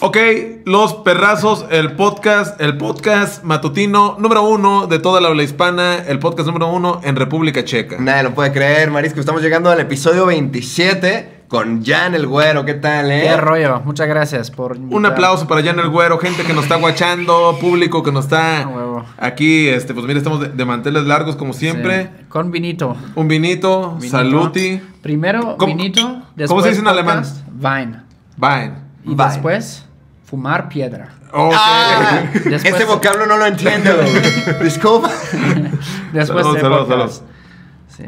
Ok, Los Perrazos, el podcast, el podcast matutino número uno de toda la habla hispana, el podcast número uno en República Checa. Nada, no puede creer, Marisco. Estamos llegando al episodio 27 con Jan el Güero. ¿Qué tal, eh? Qué rollo. Muchas gracias por Un invitarme. aplauso para Jan el Güero, gente que nos está guachando, público que nos A Ah, huevo. está aquí, este, pues mira, estamos de, de manteles largos como siempre. Sí, Con vinito. Un vinito, Vinito. saluti, Primero ¿Cómo- vinito, cómo después se dice en alemán? podcast, Wein. Wein. Y Wein. después fumar piedra. Ok. Ah, Después- este vocablo no lo entiendo. güey. Disculpa. Después Salud, de salud, podcast. salud. Sí.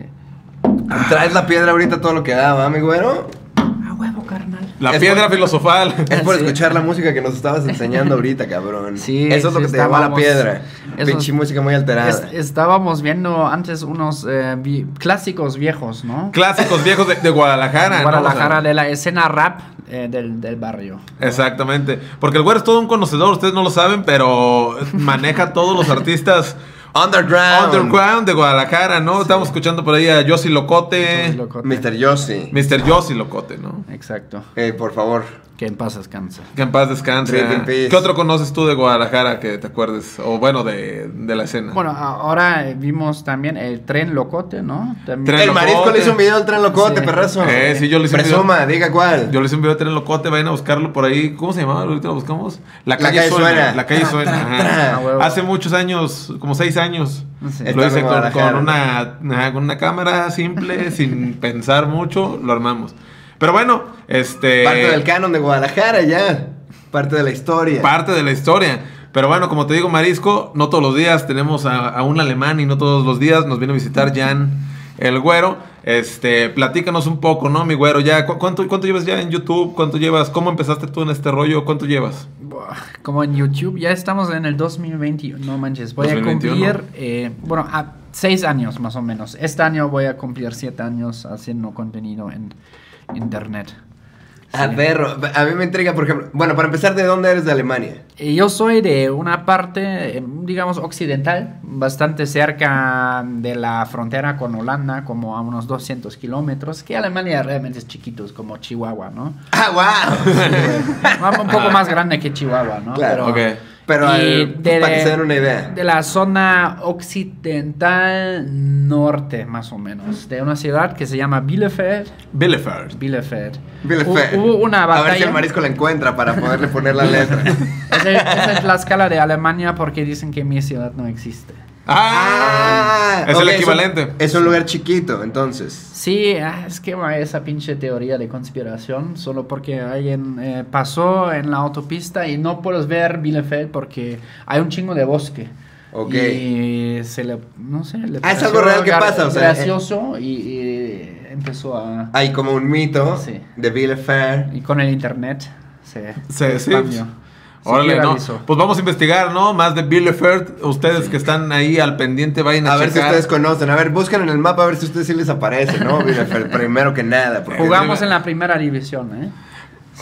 Traes la piedra ahorita todo lo que da, ¿va, mi güero? A huevo, carnal. La Es piedra bueno. filosofal. Es por Sí. escuchar la música que nos estabas enseñando ahorita, cabrón. Sí, Eso es lo sí, que te llevó a la estábamos- piedra. eso- Pinche música muy alterada. Es- estábamos viendo antes unos eh, vi- clásicos viejos, ¿no? Clásicos viejos de, de Guadalajara. ¿no? Guadalajara, O sea, de la escena rap eh, del, del barrio. Exactamente. Porque el güero es todo un conocedor, ustedes no lo saben, pero maneja todos los artistas Underground. underground de Guadalajara, ¿no? Estamos escuchando por ahí a Yossi Locote. Entonces, locote. Mr. Yossi. Mr. Yossi Locote, ¿no? Exacto. Eh, por favor. Que en paz descansa. Que en paz descanse. Rest in peace. ¿Qué otro conoces tú de Guadalajara que te acuerdes? O bueno, de, de la escena. Bueno, ahora eh, vimos también el tren locote, ¿no? También- Tren el marisco Locote. le hizo un video al tren locote, Sí. perrazo. Eh, sí, yo le hice un video. Presuma, diga cuál. Yo le hice un video de Tren Locote, vayan a buscarlo por ahí. ¿Cómo se llamaba? Ahorita lo buscamos. La calle, calle suena. suena. La calle Tra, suena. tra, ajá. tra. Ah, huevo. Hace muchos años, como seis años. Sí. Lo Estando hice en con, Guadalajara. con una, ajá, con una cámara simple, sin pensar mucho, lo armamos. Pero bueno, este. Parte del canon de Guadalajara ya. Parte de la historia. parte de la historia. Pero bueno, como te digo, Marisco, no todos los días tenemos a, a un alemán y no todos los días nos viene a visitar Jan el Güero. Este, platícanos un poco, ¿no, mi güero? Ya, ¿cu- cuánto, ¿Cuánto llevas ya en YouTube? ¿Cuánto llevas? ¿Cómo empezaste tú en este rollo? ¿Cuánto llevas? Buah, Como en YouTube, ya estamos en el 2021. No manches, voy 2021. a cumplir, eh, bueno, a seis años más o menos. Este año voy a cumplir siete años haciendo contenido en internet. A Ah, perro. A mí me intriga, por ejemplo. Bueno, para empezar, ¿de dónde eres de Alemania? Eh, Yo soy de una parte, eh, digamos, occidental, bastante cerca de la frontera con Holanda, como a unos 200 kilómetros, que Alemania realmente es chiquito, es como Chihuahua, ¿no? ¡Ah, wow! Un poco más grande que Chihuahua, ¿no? Claro. Ok. Pero Y eh, de- para que se den una idea. De la zona occidental norte, más o menos, de una ciudad que se llama Bielefeld. Bielefeld. Bielefeld. Bielefeld. Hu- Hubo una A ver si batalla. el marisco la encuentra para poderle poner la letra. Esa es- esa es la escala de Alemania porque dicen que mi ciudad no existe. ¡Ah! es ok, el un- equivalente. Es un lugar chiquito, entonces. Sí, ah, es que ma, esa pinche teoría de conspiración, solo porque alguien eh, pasó en la autopista y no puedes ver Bielefeld porque hay un chingo de bosque. Ok. Y se le, no sé, le Ah, es pareció algo real que gar- pasa, o sea, eh. Gracioso y, y empezó a... Hay como un mito Sí. de Bielefeld. Y con el internet se, Se- sí. expandió. Órale, Sí, ¿no? viralizó. Pues vamos a investigar, ¿no? Más de Bielefeld. Ustedes que están ahí al pendiente, vayan a, A ver si checar. ustedes conocen. A ver, buscan en el mapa a ver si a ustedes sí les aparece, ¿no? Bielefeld, primero que nada. eh, porque- Jugamos en la primera división, ¿eh?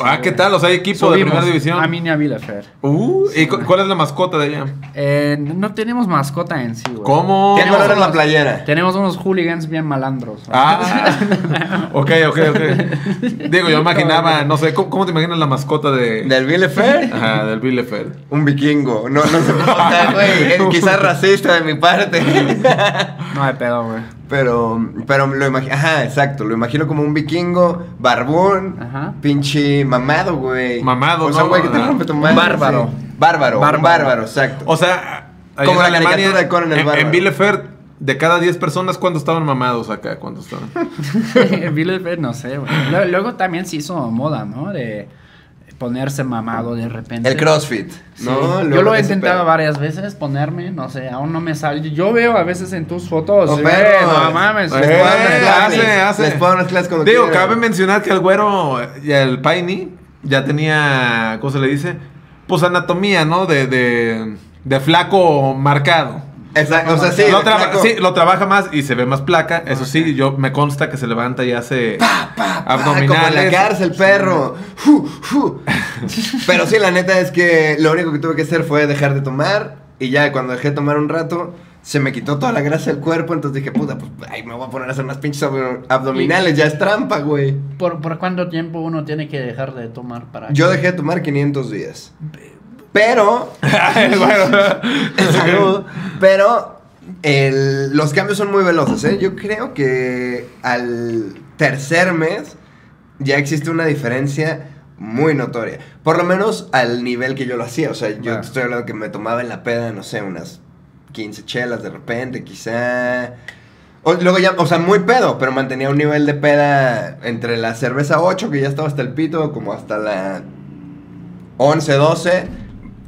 Ah, ¿qué tal? O sea, hay equipo de Subimos primera A división. Minia Bielefeld. Uh, ¿Y cu- cuál es la mascota de allá? Eh, no tenemos mascota en sí, güey. ¿Cómo? ¿Qué Tenemos color es la unos- playera? Tenemos unos hooligans bien malandros. ¿no? Ah, ok, ok, ok. Digo, yo imaginaba, no sé, ¿cómo, cómo te imaginas la mascota de, ¿Del Bielefeld? Ajá, del Bielefeld? Un vikingo. No, no se puede güey. Es Quizás racista de mi parte. No hay pedo, güey. Pero, pero lo imagino. Ajá, exacto. Lo imagino como un vikingo, barbón, Ajá. pinche mamado, güey. Mamado, O sea, ¿no? güey, que te Ajá. rompe tu madre. Bárbaro. sí. Bárbaro. Bárbaro. Bárbaro. Bárbaro, exacto. O sea, ahí Como en la caricatura de Conan el en, Bárbaro. en Bielefeld, de cada 10 personas, ¿cuántos estaban mamados acá? ¿Cuántos estaban? Bielefeld, no sé, güey. Lu- Luego también se hizo moda, ¿no? De ponerse mamado de repente. el crossfit. Sí. ¿no? Yo lo he ese intentado pedo. varias veces ponerme, no sé, aún no me sale. Yo veo a veces en tus fotos, Oh, güey, perro. no mames. Les Eh, puedo dar unas clases. hace, hace. Les puedo dar unas clases cuando Digo, quieran. cabe mencionar que el güero y el Piney ya tenía, ¿cómo se le dice? Pues anatomía, ¿no? De, de, de flaco marcado. Exacto. O sea, sí. lo, el traba- flaco. sí, lo trabaja más y se ve más placa. Eso sí, yo me consta que se levanta y hace Ah, Como en la abdominales. cárcel, perro. Fu, fu. Pero sí, la neta es que lo único que tuve que hacer fue dejar de tomar. Y ya cuando dejé de tomar un rato, se me quitó toda la grasa del cuerpo, entonces dije, puta, pues ay, me voy a poner a hacer unas pinches abdo- abdominales, ya es trampa, güey. ¿Por, ¿Por cuánto tiempo uno tiene que dejar de tomar para.? Yo dejé de tomar 500 días. Pero, El güero. salud, pero el- los cambios son muy veloces, ¿eh? Yo creo que al tercer mes ya existe una diferencia muy notoria. Por lo menos al nivel que yo lo hacía. O sea, yo Claro. te estoy hablando que me tomaba en la peda, no sé, unas 15 chelas de repente, quizá. O, luego ya, o sea, muy pedo, pero mantenía un nivel de peda entre la cerveza 8, que ya estaba hasta el pito, como hasta la 11, 12,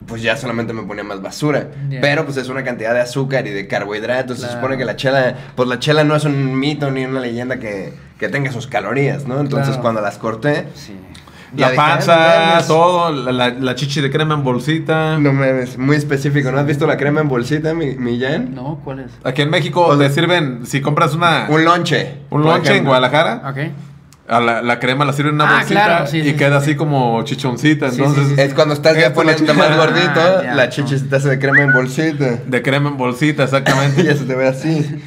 pues ya solamente me ponía más basura. Ya. Pero pues es una cantidad de azúcar y de carbohidratos. Se Claro. supone que la chela, pues la chela no es un mito ni una leyenda que, que tenga sus calorías, ¿no? Entonces Claro. cuando las corté, Sí. ya La dije, "Ah, no panza, mames". todo, la, la- la chichi de crema en bolsita. No mames, muy específico. ¿No has visto la crema en bolsita, mi, mi Jan? No, ¿cuál es? Aquí en México O sea, te sirven, si compras una, Un Ah. lonche. un por lonche en ejemplo. Guadalajara, Ok. a la, la crema la sirven en una Ah, bolsita claro, sí, y sí, queda sí, así sí. como chichoncita. Sí, sí, Entonces, eh, sí, sí. Es cuando estás Es ya por la poniéndote chicha. más gordito, Ah, ya, la chichi no. se te hace de crema en bolsita. de crema en bolsita, exactamente. Y ya se te ve así.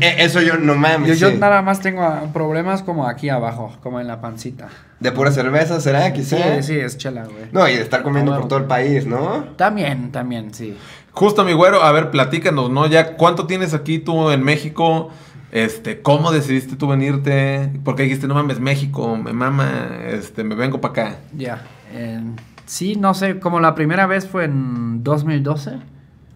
E- Eso yo no mames. Yo, yo sí. nada más tengo ah, problemas como aquí abajo, como en la pancita. De pura cerveza, ¿será? Quizá. Sí, sí, es chela, güey. No, y de estar comiendo por todo el país, ¿no? También, también, sí. Justo, mi güero, a ver, platícanos, ¿no? Ya, ¿cuánto tienes aquí tú en México? Este, ¿cómo decidiste tú venirte? Porque dijiste, no mames, México, me mama, este, me vengo para acá. Ya. eh, sí, no sé, como la primera vez fue en 2012,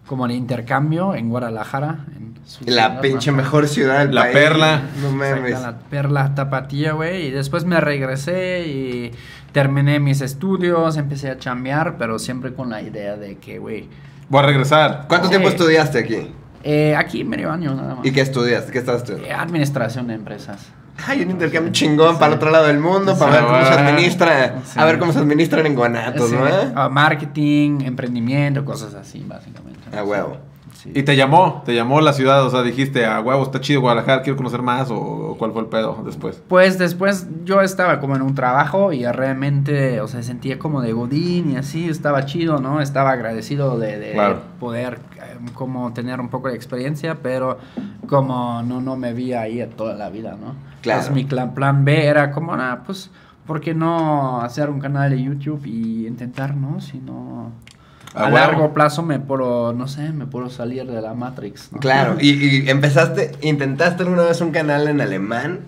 como el intercambio en Guadalajara. en su La ciudad pinche natal. mejor ciudad del La país. perla. No mames. Exacto, la perla tapatía, güey. Y después me regresé y terminé mis estudios, empecé a chambear, pero siempre con la idea de que, güey, Voy a regresar. ¿Cuánto Sí. tiempo estudiaste aquí? eh, aquí medio año nada más. ¿Y qué estudiaste? ¿Qué estabas estudiando? Eh, administración de empresas. Ay, un intercambio chingón para el otro lado del mundo, para ver cómo se Ah. administra. Sí. A ver cómo se administran en Guanatos, Sí, ¿no? ah, marketing, emprendimiento, cosas así, básicamente. A Ah, huevo. Sí. Y te llamó, te llamó la ciudad, o sea, dijiste, ah, huevo, está chido Guadalajara, quiero conocer más, o, o cuál fue el pedo después. Pues después yo estaba como en un trabajo y realmente, o sea, sentía como de godín y así, estaba chido, ¿no? Estaba agradecido de, de Claro. poder eh, como tener un poco de experiencia, pero como no, no me vi ahí a toda la vida, ¿no? Claro. Entonces mi clan- plan B era como, ah, pues, ¿por qué no hacer un canal de YouTube y intentar, ¿no? Si no... Ah, A, bueno. largo plazo me puedo, no sé, me puedo salir de la Matrix. ¿no? Claro. ¿Y, y empezaste, intentaste alguna vez un canal en alemán?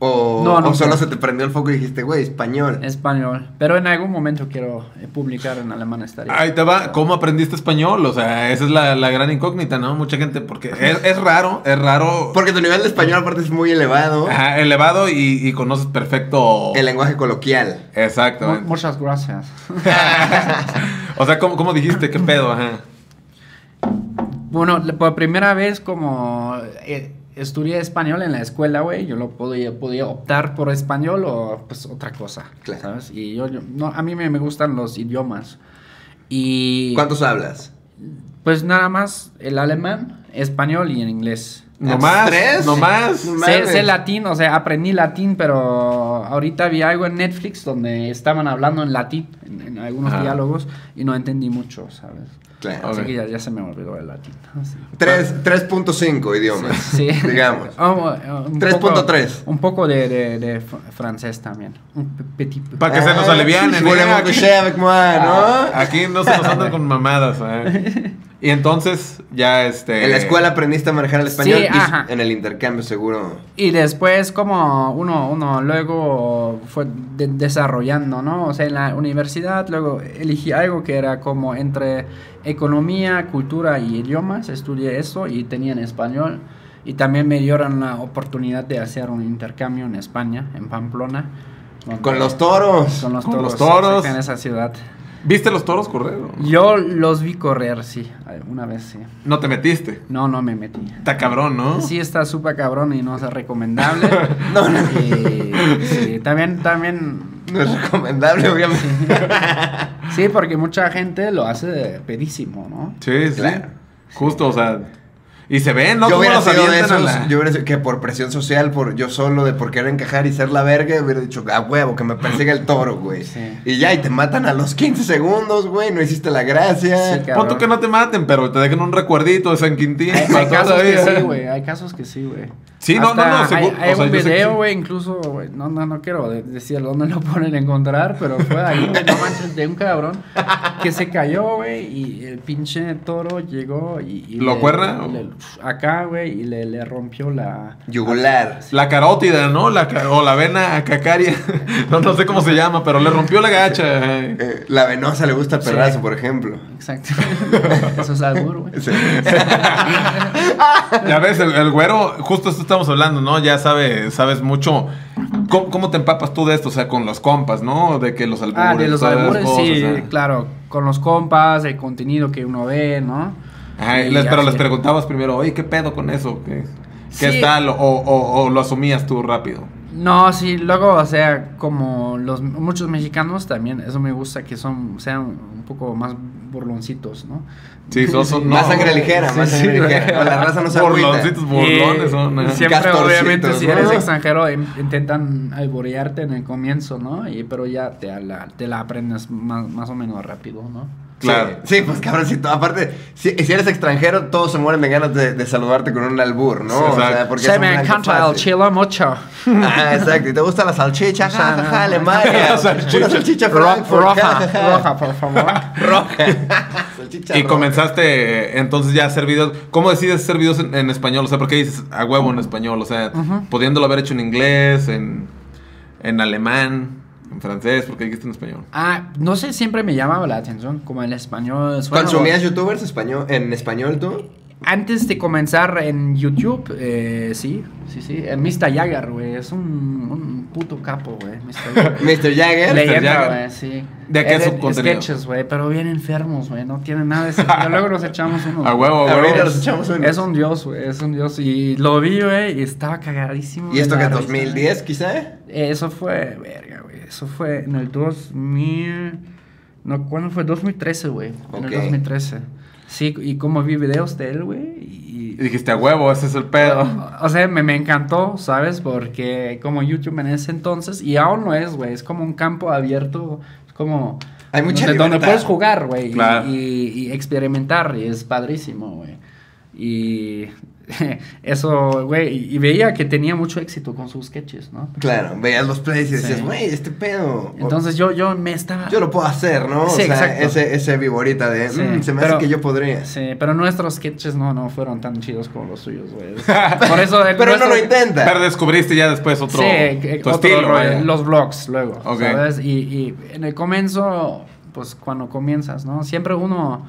¿O, No, no. o solo se te prendió el foco y dijiste, güey, español? Español. Pero en algún momento quiero eh, publicar en alemán estaría. Ahí te va, ¿cómo aprendiste español? O sea, esa es la, la gran incógnita, ¿no? Mucha gente, porque es, es raro, es raro, Porque tu nivel de español aparte es muy elevado. ajá, elevado y, y conoces perfecto. El lenguaje coloquial. Mu- Exactamente. Muchas gracias. o sea, ¿cómo, cómo dijiste? ¿Qué pedo? Ajá. Bueno, le- por primera vez como eh, estudié español en la escuela, güey, yo lo podía, podía optar por español o pues otra cosa, Claro. ¿sabes? Y yo, yo- no, a mí me, me gustan los idiomas. Y ¿Cuántos hablas? pues nada más el alemán, español y en inglés. ¿No más? ¿Tres? ¿No más? No Sé, mames. sé latín, o sea, aprendí latín, pero ahorita vi algo en Netflix donde estaban hablando en latín, en, en algunos Ah. diálogos, y no entendí mucho, ¿sabes? Claro. Ok. Así que ya, ya se me olvidó el latín. así. Ah. Tres- 3.5 idiomas. Sí. Digamos. Ah, bueno, un 3.3. poco- Un poco de, de- de fr- francés también. Un pe- petit peu. Pa' que se Ah, nos alivianen, Bueno, ¿eh? Aquí. Mocosea, Ah, Becmoa, ¿no? Aquí no se nos andan con mamadas. ¿eh? Y entonces, ya este. En la escuela aprendiste a manejar el Sí, español y ajá. en el intercambio seguro. Y después como uno, uno luego fue de- desarrollando, ¿no? O sea, en la universidad luego elegí algo que era como entre economía, cultura y idiomas, estudié eso y tenía en español. Y también me dieron la oportunidad de hacer un intercambio en España, en Pamplona. donde- Con los toros. con los Con toros. los toros. exacto, En esa ciudad. ¿Viste los toros correr? o no? Yo los vi correr, sí, una vez sí. No te metiste. No, no me metí. Está cabrón, ¿no? Sí está súper cabrón y no es recomendable. Y, sí, también, también, No es recomendable, obviamente. sí, porque mucha gente lo hace pedísimo, ¿no? Sí, sí. Claro. Justo, o sea. Y se ven, ¿no? yo Cómo hubiera los sido de avientan a esos, la- yo hubiera sido- que por presión social, por yo solo, de por querer encajar y ser la verga, hubiera dicho, ah, huevo, que me persiga el toro, güey. Sí. Y ya, y te matan a los 15 segundos, güey, no hiciste la gracia. Sí, cabrón. Pon tú que no te maten, pero te dejen un recuerdito de San Quintín. Hay, para hay toda casos la que vida. sí, güey. Hay casos que sí, güey. Sí, no, no, no, Hasta Hay, seguro, hay o sea, un yo sé que sí. video, güey, incluso, güey. No, no, no quiero de- decir dónde lo pueden encontrar, pero fue ahí, güey, no manches, de un cabrón que se cayó, güey, y el pinche toro llegó y. y ¿Lo le- cuerna? le- acá, güey, y le, le rompió la. Yugular. La carótida, ¿no? La ca- o la vena cacaria. no, no sé cómo se llama, pero le rompió la gacha. eh. Eh, la venosa le gusta el Sí. perrazo, por ejemplo. Exacto. Eso es albur, güey. Sí. Ya ves, el, el güero, justo esto estamos hablando, ¿no? Ya sabe, sabes mucho. ¿Cómo, cómo te empapas tú de esto? O sea, con los compas, ¿no? De que los albures. Ah, de los todas esas albures, cosas, sí, ¿eh? claro. Con los compas, el contenido que uno ve, ¿no? Ajá, y Y les- ya pero sé. les preguntabas primero, oye, ¿qué pedo con eso? ¿Qué, qué Sí. es tal? O, o- o lo asumías tú rápido. No, sí, luego, o sea, como los muchos mexicanos también, eso me gusta que son, sean un poco más burloncitos, ¿no? Sí, son- son- no. Más sangre ligera, Sí, más sí, sangre güey. ligera. No, la raza no se agüita. Burloncitos, burlones Eh, son. ajá. Siempre, Castorcitos, obviamente, si ¿no? eres extranjero, in- intentan alborearte en el comienzo, ¿no? Y, pero ya te la, te la aprendes más, más o menos rápido, ¿no? Claro. Sí, sí, pues cabrón, si to- aparte, si, si eres extranjero, todos se mueren de ganas de, de saludarte con un albur, ¿no? Sí, exacto. porque es Se un me blanco encanta el fácil. chilo mucho. Ah, exacto. ¿Y te gusta la salchicha? Ja, ja, ja, Alemania. La salchicha. Una salchicha Ro- Frankfurt, ja, roja, ja, ja. roja, por favor. Roja. Salchicha Y roja. comenzaste eh, entonces ya a hacer videos. ¿Cómo decides hacer videos en, en español? O sea, ¿por qué dices a huevo en español? O sea, Ujú. pudiéndolo haber hecho en inglés, en, en alemán, en francés, ¿por qué dijiste en español? Ah, no sé, siempre me llamaba la atención, como el español. suena- ¿Consumías youtubers español, en español tú? Antes de comenzar en YouTube, eh, sí, sí, sí. El Mr. Jagger, güey. Es un, un puto capo, güey. Mr. Jagger. Mr. Jagger. Le- Leyenda, Jagger. güey, sí. ¿De qué Él- subcontenido? Sketches, güey, pero bien enfermos, güey. No tienen nada de sentido. Luego nos echamos uno. A huevo, a Ahorita huevo. los echamos unos. Es un dios, güey. Es un dios. Y lo vi, güey, y estaba cagadísimo. ¿Y esto de que es la risa, güey. 2010 quizá? Eh, Eso fue, verga, güey. Eso fue en el 2000. No, ¿cuándo fue? 2013, güey. En Ok. el 2013. Sí, y como vi videos de él, güey. Y Y, dijiste a huevo, ese es el pedo. O sea, me, me encantó, ¿sabes? Porque como YouTube en ese entonces, y aún no es, güey. Es como un campo abierto. Es como. Hay mucha donde, donde libertad. puedes jugar, güey. y- Claro. Y, y experimentar, y es padrísimo, güey. Y. Eso, güey, y- y veía que tenía mucho éxito con sus sketches, ¿no? Claro, veías los plays y decías, Sí. güey, este pedo. Entonces yo, yo me estaba... Yo lo puedo hacer, ¿no? Sí, o sea, exacto. ese, ese viborita de, Sí, "Mm, se me pero- hace que yo podría. Sí, pero nuestros sketches no, no fueron tan chidos como los suyos, güey. Por eso... el Pero nuestro- no lo intenta. Pero descubriste ya después otro, sí, eh, tu otro estilo. rollo, vaya. los vlogs luego, Ok. ¿sabes? Y, y en el comienzo, pues cuando comienzas, ¿no? Siempre uno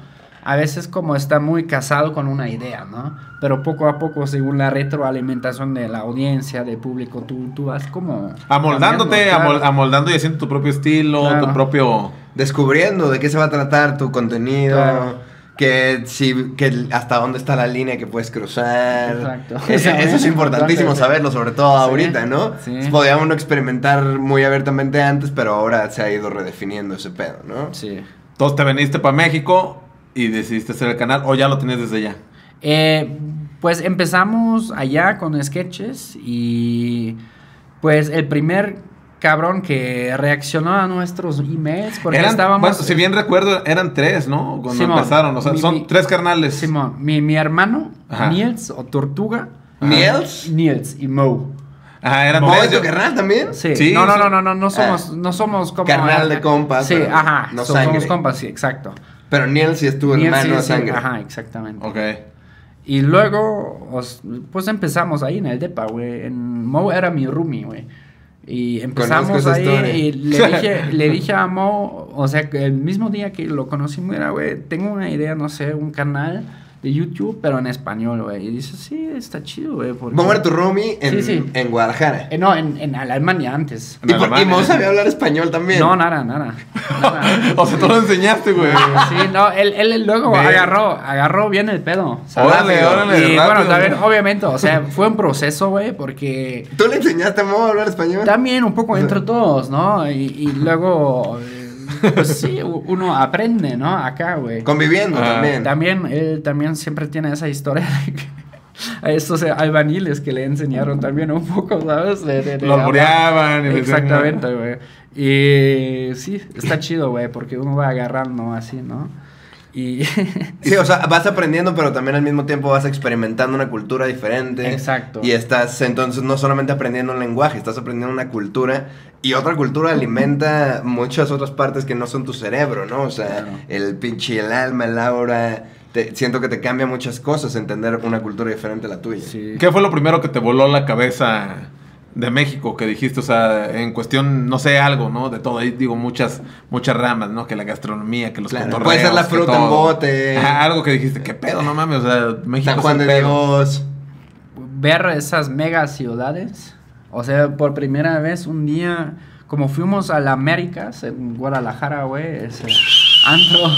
a veces como está muy casado con una idea, ¿no? Pero poco a poco, según la retroalimentación de la audiencia, del público, tú, tú vas como... Amoldándote, cambiando, amol- claro. amoldando y haciendo tu propio estilo, Claro. tu propio... Descubriendo de qué se va a tratar tu contenido. Claro. Que si, que hasta dónde está la línea que puedes cruzar. Exacto. Ese- O sea, eso es es importantísimo importante. saberlo, sobre todo Sí, ahorita, ¿no? sí. Podíamos no experimentar muy abiertamente antes, pero ahora se ha ido redefiniendo ese pedo, ¿no? Sí. Entonces te veniste para México y decidiste hacer el canal, o ya lo tenías desde ya. Eh, pues empezamos allá con sketches y pues el primer cabrón que reaccionó a nuestros emails porque Eran- estábamos eh, bueno, si bien recuerdo, eran tres, ¿no? Cuando Simón, empezaron, o sea, mi- son mi- tres carnales. pues, Simón, mi, mi hermano Ajá. Niels o Tortuga Ajá. ¿Niels? Niels y Mo Ajá, Ah, eran ¿Mo tres. es tu carnal también? sí. Sí, no, no, sí. no, no, no, no somos, Ah. no somos como Carnal de compas, Sí, pero ajá, no so- somos, sangre. compas, sí, exacto. Pero Niels sí es tu Niels, hermano sí, de sí, sangre. Ajá, exactamente. Ok. Y luego, os- pues empezamos ahí en el depa, güey. En Mo era mi roomie, güey. Y Conozco empezamos esa ahí historia. y le dije, le dije a Mo, o sea, que el mismo día que lo conocí, mira, güey, tengo una idea, no sé, un canal de YouTube, pero en español, güey. Y dice, sí, está chido, güey. porque- Vamos a ver tu roomie en, Sí, sí. en Guadalajara. Eh, no, en, en Alemania antes. En y, por, y Alemania. Mo sabía hablar español también. No, nada, nada. nada. O sea, tú lo enseñaste, güey. Sí, no, él, él luego Ve. agarró, agarró bien el pedo. ¿sabes? Órale, órale, Y rápido, bueno, también, ¿no? obviamente, o sea, fue un proceso, güey, porque ¿Tú le enseñaste a Mo a hablar español? también un poco entre todos, ¿no? Y, y luego, eh, pues sí, u- uno aprende, ¿no? Acá, güey. Conviviendo Ah. también. También, él también siempre tiene esa historia de que a estos eh, albañiles que le enseñaron también un poco, ¿sabes? De, de- de Lo hablar. albureaban y le decían- Exactamente, güey. Y sí, está chido, güey, porque uno va agarrando así, ¿no? Y... Sí, o sea, vas aprendiendo, pero también al mismo tiempo vas experimentando una cultura diferente. Exacto. Y estás entonces no solamente aprendiendo un lenguaje, estás aprendiendo una cultura y otra cultura alimenta muchas otras partes que no son tu cerebro, ¿no? O sea, Claro. el pinche, el alma, el aura. te- siento que te cambia muchas cosas entender una cultura diferente a la tuya. sí. ¿Qué fue lo primero que te voló la cabeza de México que dijiste? O sea, en cuestión, no sé, algo, ¿no? De todo. Ahí digo muchas, muchas ramas, ¿no? Que la gastronomía, que los Claro, Pues cotorreos, puede ser la que fruta en bote. Ajá, algo que dijiste, qué pedo, no mames. O sea, México San Juan es de el pedo. Dios. ver esas mega ciudades. O sea, por primera vez un día, como fuimos a la Américas, en Guadalajara, güey, ese antro.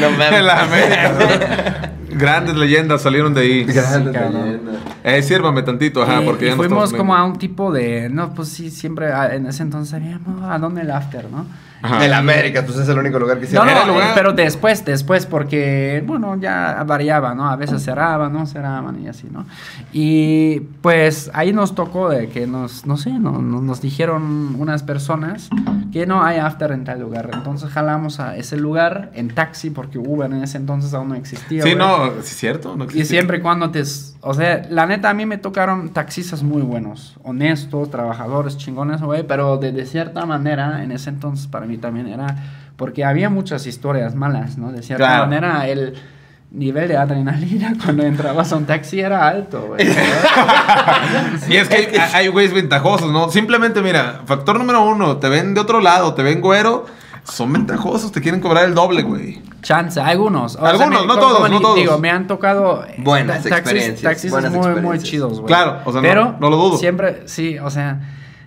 No mames. La América, ¿no? Grandes leyendas salieron de ahí. Grandes Sí, cabrón. leyendas. Eh, sírvame tantito, ajá, Y- porque y ya no fuimos estamos como a viendo. un tipo de, no, pues sí, siempre a- en ese entonces habíamos, ¿a dónde el after, no? Ajá. El América, pues es el único lugar que No, era el no, lugar. pero después, después, porque, bueno, ya variaba, ¿no? A veces cerraban, ¿no? Cerraban y así, ¿no? Y pues ahí nos tocó de que nos, no sé, no- no- nos, dijeron unas personas que no hay after en tal lugar. Entonces jalamos a ese lugar en taxi, porque Uber en ese entonces aún no existía. Sí, güey. no, sí, cierto. No Y existía. siempre y cuando te... s- O sea, la neta, a mí me tocaron taxistas muy buenos, honestos, trabajadores, chingones, güey, pero de, de cierta manera, en ese entonces para mí también era... Porque había muchas historias malas, ¿no? De cierta Claro. manera, el nivel de adrenalina cuando entrabas a un taxi era alto, güey. Y es que hay- hay, hay güeyes ventajosos, ¿no? Simplemente, mira, factor número uno, te ven de otro lado, te ven güero, son ventajosos, te quieren cobrar el doble, güey. Chance, algunos. O Algunos, me- no como- todos, como no ni- todos. Digo, me han tocado eh, Buenas ta- taxis- experiencias, taxis buenas muy, muy experiencias. chidos, güey. Claro, o sea, no- Pero no lo dudo. Siempre, sí, o sea,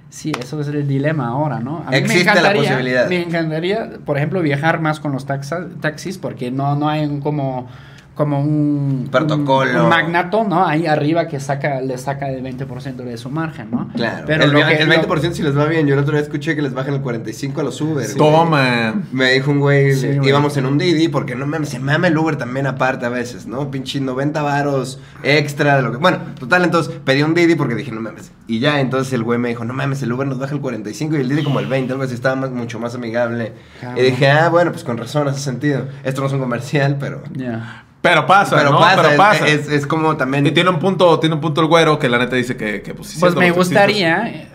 sí, eso es el dilema ahora, ¿no? A Existe la encantaría- posibilidad. Me encantaría, por ejemplo, viajar más con los taxa- taxis porque no, no hay un como como un Protocolo. un, un magnato, ¿no? Ahí arriba que saca le saca el 20% de su margen, ¿no? Claro. el, lo via- que- el lo- 20% si les va bien. Yo el otro día escuché que les bajan el 45 a los Uber. güey. Toma. Me dijo un güey, Sí, le- güey. íbamos en un Didi, porque no mames, se mama el Uber también aparte a veces, ¿no? Pinche 90 varos extra de lo que... Bueno, total, entonces pedí un Didi porque dije, no mames. Y ya, entonces el güey me dijo, no mames, el Uber nos baja el 45 y el Didi como el 20, algo así, estaba más- mucho más amigable. Cabrón. Y dije, ah, bueno, pues con razón, hace sentido. Esto no es un comercial, pero... Ya. Pero pasa, pero ¿no? pasa, pero es- pasa. Es, es como también... y tiene un punto, tiene un punto el güero que la neta dice que, que pues sí, Pues cierto, me los taxistas- gustaría eh,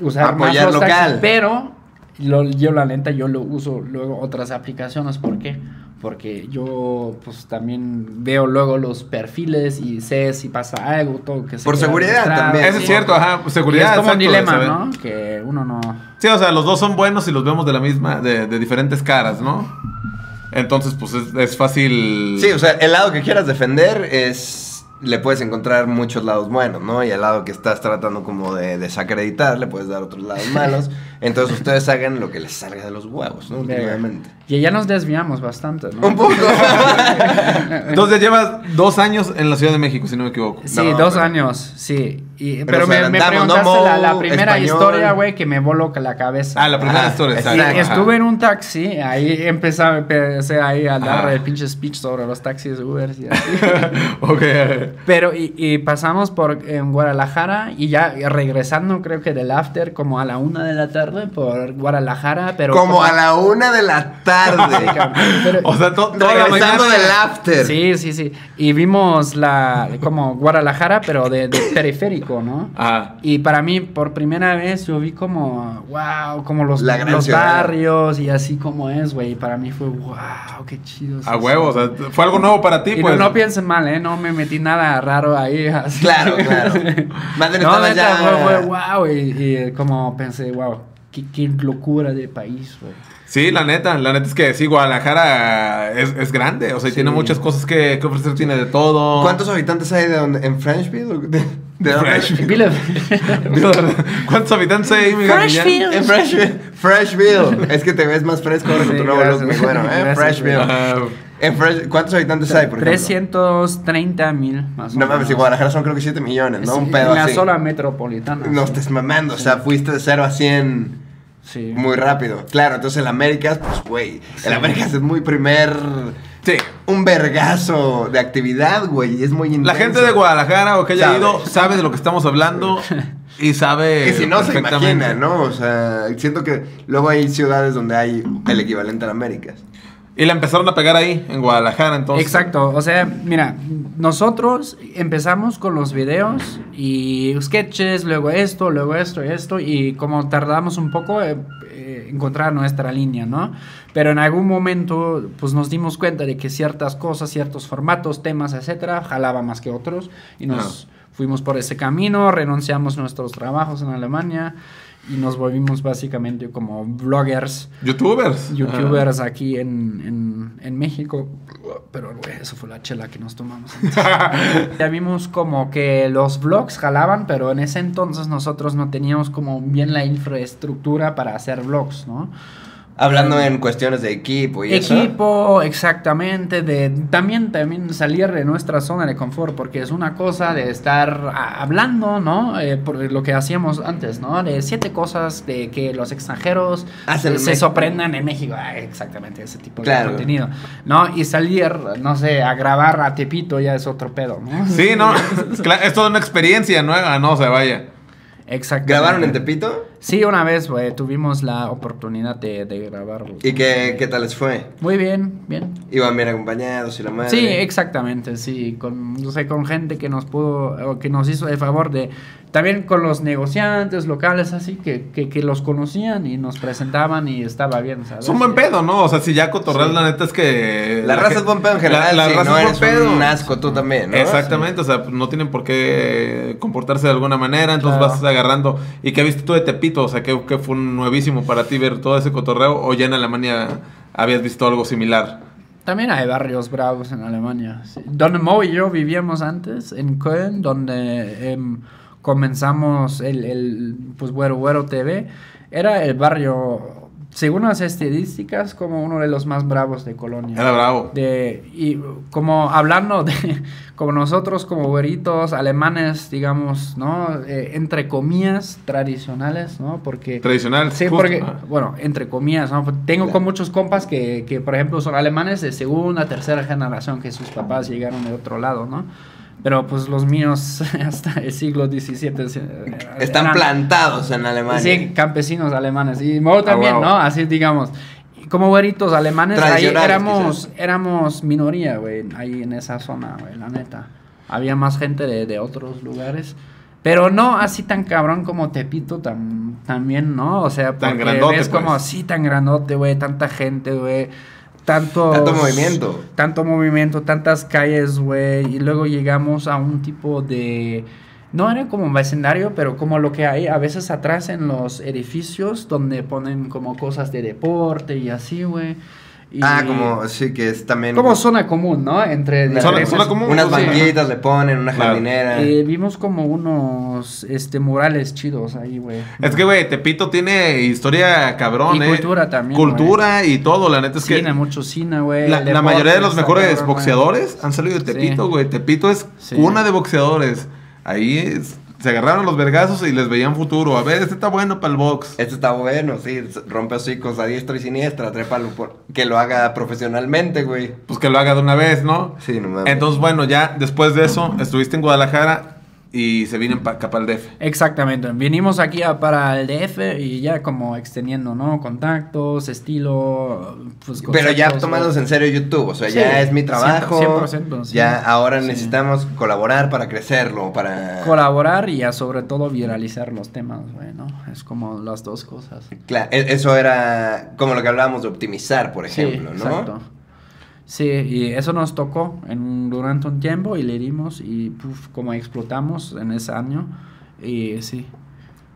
usar Apoyar más los local. taxis, pero lo- yo la neta yo lo uso luego otras aplicaciones, ¿por qué? Porque yo pues también veo luego los perfiles y sé si pasa algo, todo que se Por queda seguridad registrado, también, Eso Sí. es cierto, ajá. Y Seguridad. es como exacto, un de dilema, saber. ¿no? Que uno no Sí, o sea, los dos son buenos y los vemos de la misma, de, de diferentes caras, ¿no? Entonces, pues es, es fácil. Sí, o sea, el lado que quieras defender es... Le puedes encontrar muchos lados buenos, ¿no? Y el lado que estás tratando como de desacreditar, le puedes dar otros lados malos. Entonces ustedes hagan lo que les salga de los huevos, ¿no? Últimamente. y ya nos desviamos bastante, ¿no? Eh, Un poco. Entonces llevas dos años en la Ciudad de México, si no me equivoco. Sí, No, dos pero- años, sí. Y- Pero pero nos me, me adelantamos, ¿no, preguntaste la, la Mo? primera Español. historia, güey, que me voló la cabeza. Ah, la primera Ajá, historia, exacto. Sí, exacto, ajá. estuve en un taxi, ahí empezaba, empecé ahí a dar Ajá. el pinche speech sobre los taxis Uber y así. ok. Pero y, y pasamos por en Guadalajara y ya regresando creo que del after como a la una de la tarde por Guadalajara, pero Como a la una de la Sí, tarde. cabrón, pero- O sea, to- toda la regresando mañana- del after. Sí, sí, sí. Y vimos la como Guadalajara, pero de, de periférico, ¿no? Ajá. Y para mí, por primera vez, yo vi como, wow, como los, La gran los ciudad. barrios y así como es, güey. Y para mí fue, wow, qué chido. es A eso". huevo, o sea, fue algo nuevo para ti, Y pues. no, no piensen mal, ¿eh? No me metí nada raro ahí. así. Claro, claro. Más bien no, estaba neta, ya- fue, fue wow. Y, y, eh, como pensé, wow, qué, qué locura de país, güey. Sí, la neta, la neta es que sí, Guadalajara es, es grande, o sea, y Sí. tiene muchas cosas que, que ofrecer, tiene de todo. ¿Cuántos habitantes hay de donde- en Frenchville? ¿De- de dónde- Frenchville. Vile- ¿Cuántos habitantes hay, Miguel Freshfield. Millán? En Freshville. Freshville. Es que te ves más fresco ahora con tu Sí, nuevo look, gracias. mi güero, ¿eh? Gracias, Freshville. Ajá. En Fresh- ¿Cuántos habitantes hay, por ejemplo? 330 mil más o No mames, menos. en Guadalajara son creo que 7 millones, ¿no? Sí, Un pedo En la así. sola metropolitana. No sí. estés mamando, o sea, fuiste de 0 a 100 Sí. muy rápido. Claro, entonces el Américas, pues güey, el Américas es muy primer Sí. un vergazo de actividad, güey. y Es muy intenso. La gente de Guadalajara o que haya Sabe. ido sabe de lo que estamos hablando y sabe. Que si no se perfectamente. imagina, ¿no? O sea, siento que luego hay ciudades donde hay el equivalente a la América. Y la empezaron a pegar ahí, en Guadalajara, entonces. Exacto, o sea, mira, nosotros empezamos con los videos y sketches, luego esto, luego esto, esto, y como tardamos un poco en encontrar nuestra línea, ¿no? Pero en algún momento, pues nos dimos cuenta de que ciertas cosas, ciertos formatos, temas, etcétera, jalaba más que otros y nos fuimos por ese camino, renunciamos nuestros trabajos en Alemania y nos volvimos básicamente como vloggers Youtubers. youtubers aquí en, en- en México. Pero, güey, eso fue la chela que nos tomamos. ya vimos como que los vlogs jalaban, pero en ese entonces nosotros no teníamos como bien la infraestructura para hacer vlogs, ¿no? Hablando en cuestiones de equipo y eso. Equipo, exactamente, de también, también salir de nuestra zona de confort, porque es una cosa de estar a- hablando, ¿no? Eh, por lo que hacíamos antes, ¿no? De siete cosas de que los extranjeros Hacen en se México. sorprendan en México. Ah, exactamente, ese tipo Claro. de contenido, ¿no? Y salir, no sé, a grabar a Tepito ya es otro pedo, ¿no? Sí, no. Cla- es toda una experiencia nueva, no se vaya. Exactamente. ¿Grabaron en Tepito? Sí, una vez, güey, tuvimos la oportunidad de, de grabar. ¿Y qué, qué tal les fue? Muy bien, bien. ¿Iban bien acompañados y la madre? Sí, exactamente, sí, con, no sé, con gente que nos pudo, o que nos hizo el favor de, también con los negociantes locales, así, que, que, que los conocían y nos presentaban y estaba bien, ¿sabes? Es un buen pedo, ¿no? O sea, si ya cotorreas, la neta es que. La raza gen- es buen pedo en general. La, la sí, raza no es buen eres pedo. un asco tú también, ¿no? Exactamente, o sea, pues, no tienen por qué comportarse de alguna manera, entonces Claro. vas agarrando. ¿Y qué viste tú de Tepito? O sea, ¿qué, qué fue nuevísimo para ti ver todo ese cotorreo? ¿O ya en Alemania habías visto algo similar? También hay barrios bravos en Alemania. sí. Donde Mo y yo vivíamos antes, en Köln, donde em, comenzamos el, el, pues, Güero Güero TV. Era el barrio, según las estadísticas, como uno de los más bravos de Colonia. Era bravo. De, y como hablando de, como nosotros, como güeritos alemanes, digamos, ¿no? Eh, entre comillas, tradicionales, ¿no? Porque... Tradicional. Sí, justo, porque, ¿no? bueno, entre comillas, ¿no? tengo con muchos compas que, que, por ejemplo, son alemanes de segunda, tercera generación, que sus papás llegaron de otro lado, ¿no? Pero pues los míos hasta el siglo XVII eh, Están eran- plantados en Alemania. Sí, campesinos alemanes. Y Moro también, Ah, wow. ¿no? Así digamos. Y Como güeritos alemanes, ahí Tradicionales, éramos, éramos minoría, güey, ahí en esa zona, güey, la neta. Había más gente de, de otros lugares. Pero no así tan cabrón como Tepito tam- también, ¿no? O sea, Tan porque grandote, ves como pues. así tan grandote, güey, tanta gente, güey. Tanto, Tanto movimiento. Tanto movimiento, tantas calles, güey. Y luego llegamos a un tipo de... No era como un vecindario, pero como lo que hay a veces atrás en los edificios donde ponen como cosas de deporte y así, güey. Y- Ah, como, sí, que es también. Como zona común, ¿no? Entre... Una- Zona- diferentes- zona común. Unas Sí. banquitas le ponen, una Claro. jardinera. Eh, vimos como unos este murales chidos ahí, güey. Es que, güey, Tepito tiene historia cabrón, Y ¿eh? cultura también, Cultura y todo, la neta es que. cine, mucho cine, güey. La, deporte la mayoría de los está mejores cabrón, güey. boxeadores han salido de Tepito, Sí. güey. Tepito es Sí. cuna de boxeadores. Ahí es- se agarraron los vergazos y les veían futuro. A ver, este está bueno para el box. Este está bueno, sí, rompe hocicos a diestra y siniestra, trépalo por... que lo haga profesionalmente, güey. Pues que lo haga de una vez, ¿no? Sí, no mames. Entonces, bueno, ya después de eso, estuviste en Guadalajara y se vienen para acá para el DF. Exactamente, vinimos aquí a- para el DF y ya como extendiendo, ¿no? Contactos, estilo, pues Pero ya conceptos, tomándose en serio YouTube, o sea, Sí, ya es mi trabajo. 100%, sí. Ya ahora Sí. necesitamos colaborar para crecerlo, güey. para... Colaborar y ya sobre todo viralizar los temas, güey, ¿no? Es como las dos cosas. Cla- e- eso era como lo que hablábamos de optimizar, por ejemplo, sí, ¿no? Exacto. Sí, y eso nos tocó en, durante un tiempo y le dimos y puf, como explotamos en ese año y sí.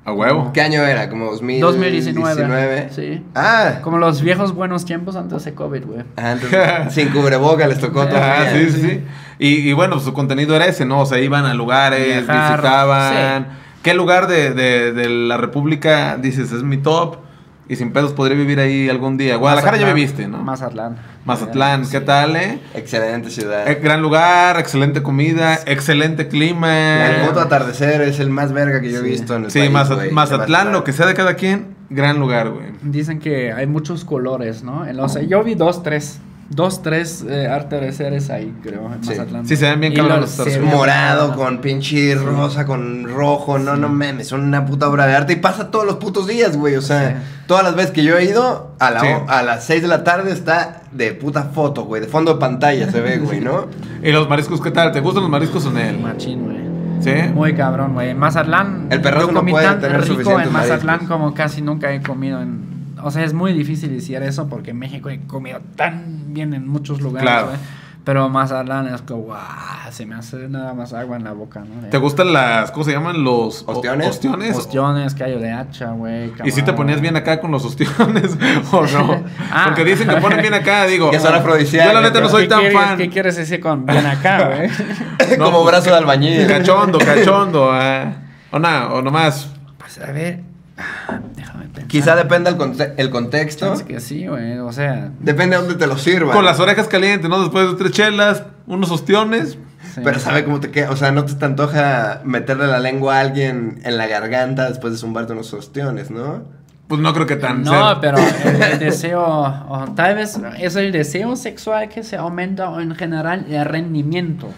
A huevo. ¿Qué año era? ¿Como 2019? 2019. Sí. Ah, Como los viejos buenos tiempos antes de COVID, güey. antes, sin cubreboca les tocó Ah, todavía. sí, sí, sí. Y, y bueno, su contenido era ese, ¿no? O sea, iban a lugares, Viajar, visitaban. ¿Qué lugar de, de- de la República dices es mi top? Y sin pedos podría vivir ahí algún día. Guadalajara ya Mazatlán. viviste, ¿no? Mazatlán. Mazatlán, ¿qué tal, eh? Excelente ciudad. Eh, gran lugar, excelente comida, excelente El puto clima. atardecer es el más verga que yo he eh. Sí. visto en el Sí, país, Maza- güey. Mazatlán, lo que sea de cada quien, gran lugar, güey. Dicen que hay muchos colores, ¿no? En los- yo vi dos, tres. Dos, tres eh, artereseres ahí, creo, en Sí. Mazatlán. Sí, se ven bien Y cabrones lo- los se artereseres. ven Morado, cabrones. con pinche rosa, con rojo. No, no mames, son una puta obra de arte. Y pasa todos los putos días, güey. O sea, todas las veces que yo he ido, a, la Sí. o- a las 6 de la tarde está de puta foto, güey. De fondo de pantalla se ve, güey, ¿no? ¿Y los mariscos qué tal? ¿Te gustan los mariscos o no? Machín, güey. ¿Sí? Muy cabrón, güey. En Mazatlán. El perro yo no comí puede tan tener rico suficientes en Mazatlán mariscos. como casi nunca he comido en. O sea, es muy difícil decir eso porque en México he comido tan bien en muchos lugares, Claro. güey. Pero Mazatlán es como, guau, se me hace nada más agua en la boca, ¿no? ¿Te gustan las, cómo se llaman? Los o- ¿Ostiones? ¿Ostiones? Ostiones, callo de hacha, güey. ¿Y si te camarón. ponías bien acá con los ostiones o no? Ah. Porque dicen que ponen bien acá, digo. Que son afrodisíacas, Yo la neta no pero- soy ¿Qué tan quieres- fan. ¿Qué quieres decir con bien acá, güey? No, Como pues, brazo de albañil. Cachondo, cachondo. ah. O nada, o nomás. pues a ver. ah, Déjame pensar. Quizá dependa el, conte- el contexto. Chance que sí, güey. O sea. Depende de dónde te lo sirvan. Con las orejas calientes, ¿no? Después de tres chelas, unos ostiones. sí. Pero sabe cómo te queda. O sea, no te, te antoja meterle la lengua a alguien en la garganta después de zumbarte unos ostiones, ¿no? Pues no creo que tan. No, sea- pero el, el deseo, o tal vez es el deseo sexual que se aumenta o en general el rendimiento.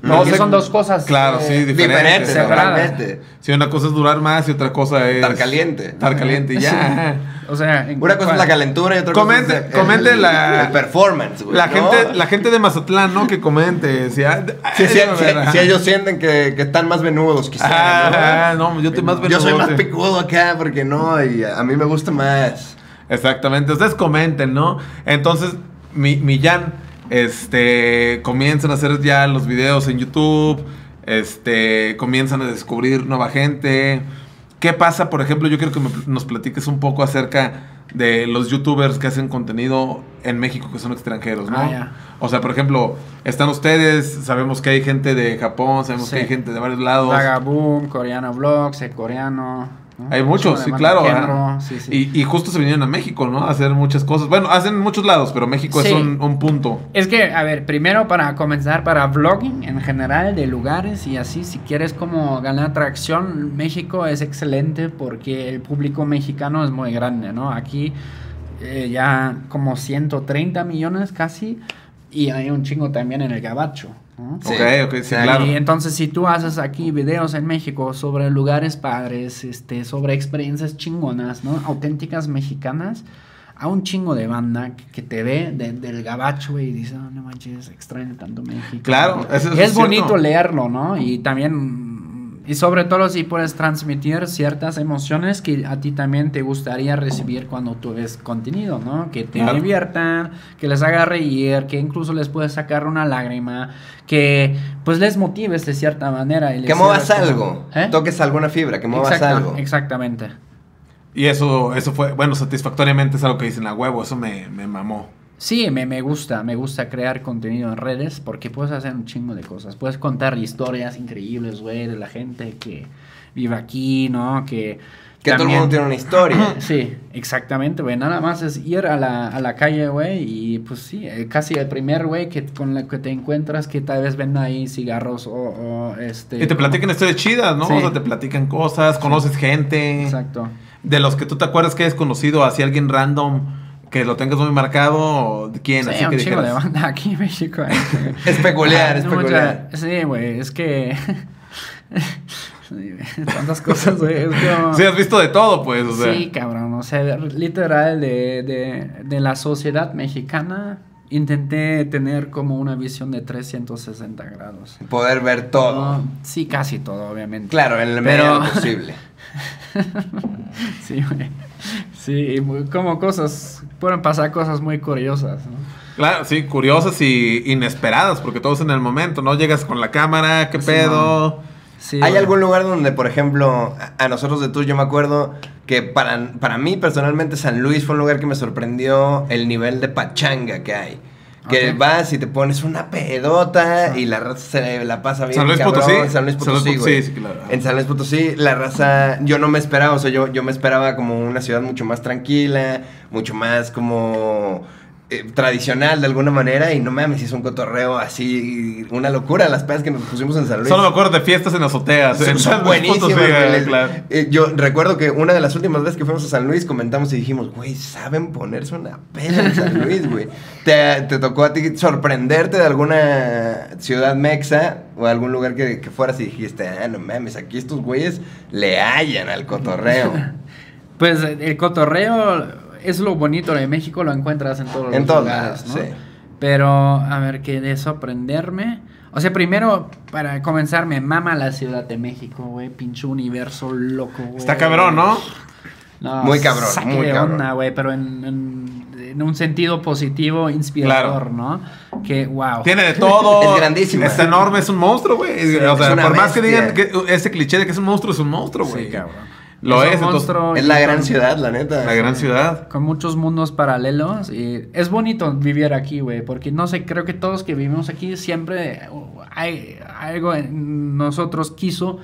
No Porque sé- son dos cosas. Claro, eh, sí, Diferente, diferentes. totalmente. Si una cosa es durar más y otra cosa es. Estar caliente. Estar caliente y ya. O sea, en- Una cosa es la ¿cuál? calentura y otra Comente- cosa es el- comente el, la- el performance, güey. La, ¿no? gente, la gente de Mazatlán, ¿no? Que comente. Si, ah, Si, si- ay, a si- ver, ajá. si ellos sienten que, que están más venudos, quizás. Ah, no, yo estoy más Yo soy más verdote. picudo acá porque no, y a a mí me gusta más. Exactamente, ustedes comenten, ¿no? Entonces, mi, mi Jan, este, comienzan a hacer ya los videos en YouTube, este, comienzan a descubrir nueva gente. ¿Qué pasa, por ejemplo? Yo quiero que me pl- nos platiques un poco acerca de los youtubers que hacen contenido en México que son extranjeros, ¿no? Ah, ya. O sea, por ejemplo, están ustedes, sabemos que hay gente de Japón, sabemos Sí. que hay gente de varios lados. Vagaboom, coreano vlogs, el coreano. ¿no? Hay muchos, sí, Chino de claro. Mantequenro, ajá. sí, sí. Y, y justo se vinieron a México, ¿no? A hacer muchas cosas. Bueno, hacen en muchos lados, pero México es Sí. un, un punto. Es que, a ver, primero para comenzar, para vlogging en general de lugares y así, si quieres como ganar atracción, México es excelente porque el público mexicano es muy grande, ¿no? Aquí eh, ya como 130 millones casi y hay un chingo también en el gabacho, ¿no? Ok, ok, sí, O sea, claro. Y entonces si tú haces aquí videos en México sobre lugares padres, este, sobre experiencias chingonas, ¿no? Auténticas mexicanas, a un chingo de banda que- que te ve de- del gabacho güey, y dice, "Ah, no manches, extraño tanto México. Claro, eso es es, cierto. bonito leerlo, ¿no? Y también, y sobre todo si puedes transmitir ciertas emociones que a ti también te gustaría recibir cuando tú ves contenido, ¿no? Que te Claro. diviertan, que les haga reír, que incluso les puedes sacar una lágrima, que pues les motives de cierta manera. Y les Que muevas sirvas como- algo. ¿Eh? Toques alguna fibra, que muevas Exacta- algo. Exactamente. Y eso, eso fue, bueno, satisfactoriamente es algo que dicen a huevo, eso me, me mamó. Sí, me, me gusta, me gusta crear contenido en redes porque puedes hacer un chingo de cosas. Puedes contar historias increíbles, güey, de la gente que vive aquí, ¿no? Que, Que todo el también- mundo tiene una historia. Sí, exactamente, güey. Nada más es ir a la, a la calle, güey, y pues sí, eh, casi el primer güey que con la que te encuentras que tal vez venda ahí cigarros o, o, este... Y te platican historias chidas, ¿no? Sí. O sea, te platican cosas, conoces gente. Exacto. De los que tú te acuerdas que hayas conocido, así alguien random, que lo tengas muy marcado, ¿quién? Sí, así que un chingo de dijeras, banda aquí en México. eh. Es peculiar, es No, mucha- peculiar. Sí, güey, es que... Sí, güey, Tantas cosas, güey. Es como... Sí, has visto de todo, pues, o sea. Sí, cabrón, o sea, literal de, de- de la sociedad mexicana intenté tener como una visión de 360 grados. Poder ver todo. No, sí, casi todo, obviamente. Claro, en el Pero- medio pues, posible. Sí, güey. Sí, y muy- como cosas, pueden pasar cosas muy curiosas, ¿no? Claro, sí, curiosas y inesperadas, porque todo es en el momento, ¿no? Llegas con la cámara, qué Sí, pedo. Sí, ¿Hay güey. algún lugar donde, por ejemplo, a- a nosotros de tú, yo me acuerdo que para, para mí personalmente San Luis fue un lugar que me sorprendió el nivel de pachanga que hay. Que Ok. vas y te pones una pedota y la raza se la pasa bien. San Luis cabrón. Potosí. San Luis Potosí, güey. sí, claro. En San Luis Potosí, la raza, yo no me esperaba, o sea, yo, yo me esperaba como una ciudad mucho más tranquila, mucho más como eh, tradicional de alguna manera y no mames, hizo un cotorreo así, una locura las pedas que nos pusimos en San Luis. Solo me acuerdo de fiestas en azoteas. en Son, son tantos buenísimas. puntos, sí, güey. eh, claro. Eh, Yo recuerdo que una de las últimas veces que fuimos a San Luis comentamos y dijimos, güey, saben ponerse una peda en San Luis, güey. ¿Te, te tocó a ti sorprenderte de alguna ciudad mexa o algún lugar que, que fueras y dijiste, ah, no mames, aquí estos güeyes le hallan al cotorreo? Pues eh, el cotorreo es lo bonito de México, lo encuentras en todos En los todos lugares, lados, ¿no? sí. Pero, a ver, que de sorprenderme. O sea, primero, para comenzar, me mama la Ciudad de México, güey. Pinche universo loco, güey. Está cabrón, ¿no? No, Muy cabrón, saque muy de cabrón. onda, güey, pero en, en- en un sentido positivo, inspirador, ¿no? Que, wow. Tiene de todo. Es grandísima. Es enorme, es un monstruo, güey. o sea, es por una más que bestia. digan que uh, ese cliché de que es un monstruo, es un monstruo, güey. Sí, cabrón. Lo un es, entonces, monstruo Es y la con- gran ciudad, la neta. La gran ciudad. Con muchos mundos paralelos y es bonito vivir aquí, güey, porque no sé, creo que todos que vivimos aquí siempre uh, hay algo en nosotros quiso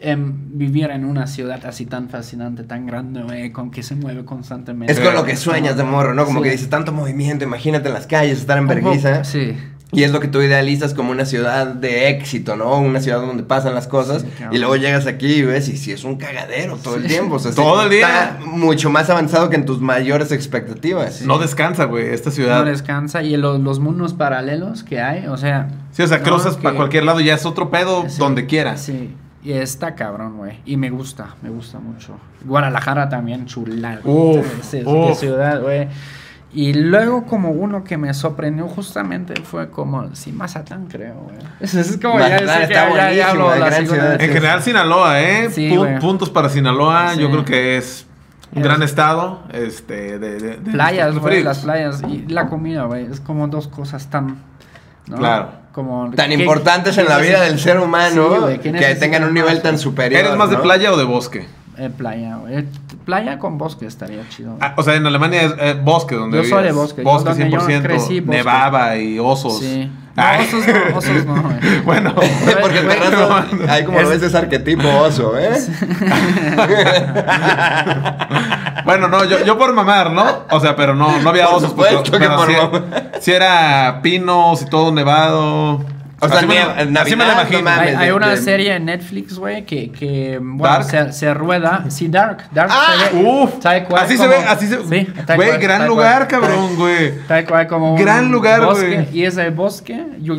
em, vivir en una ciudad así tan fascinante, tan grande, güey, con que se mueve constantemente. Es con lo que sueñas de morro, ¿no? Como Sí. que dices, tanto movimiento, imagínate en las calles, estar en Un poco- ¿eh? vergüenza. Sí. Y es lo que tú idealizas como una ciudad de éxito, ¿no? Una ciudad donde pasan las cosas. Sí, cabrón. y luego llegas aquí y ves, y si es un cagadero todo el Sí. tiempo. O sea, Todo el día. Está mucho más avanzado que en tus mayores expectativas. No descansa, güey, esta ciudad. No descansa y lo- los mundos paralelos que hay, o sea... Sí, o sea, no, cruzas que- para cualquier lado, ya es otro pedo Sí, donde quieras. Sí, y está cabrón, güey. Y me gusta, me gusta mucho. Guadalajara también, chulada. Uf, Sí, sí, uf. qué ciudad, güey. Y luego como uno que me sorprendió justamente fue como, sí, Mazatán, creo, güey. Es como ya, Mazatán sé que está ya, ya hablo buenísimo, de la gran segunda ciudad. vez. En general, Sinaloa, ¿eh? Sí, Pu- güey. puntos para Sinaloa, yo Sí. creo que es un Es- gran estado. Este, de, de- de nuestros Playas, güey, preferidos. las playas y la comida, güey. Es como dos cosas tan... ¿no? Claro. Como, Tan ¿qué- importantes en qué la vida necesitas? del ser humano Sí, güey, ¿qué que necesitas tengan un más, nivel tan güey? superior. ¿Eres más de ¿no? playa o de bosque? Eh, playa, güey. Playa con bosque estaría chido. güey. Ah, o sea, en Alemania es eh, bosque donde Yo soy de vivías. bosque, yo Bosque donde yo 100%. crecí, bosque. Nevaba y osos. Sí. No, Ay. osos no, osos no, güey. bueno. Porque el Güey, terrazo, no. ahí como lo ves, es arquetipo oso, ¿eh? bueno, no, yo, yo por mamar, ¿no? O sea, pero no, no había Por osos. supuesto pero- que pero por sí- mamar. sí era pinos y todo nevado. O sea, Así me lo- nieva- así Navidad, me lo no imagino. mames. Hay, hay de- una de- serie en Netflix, güey, que, que bueno, Dark. se, se rueda. Sí, Dark. Dark Ah, se ve. Uf, tal cual así como- se ve, así se Sí, tal Güey, cual, gran tal lugar, cual. cabrón, güey. Tal cual como un Gran lugar, bosque, güey. Y ese bosque, yo-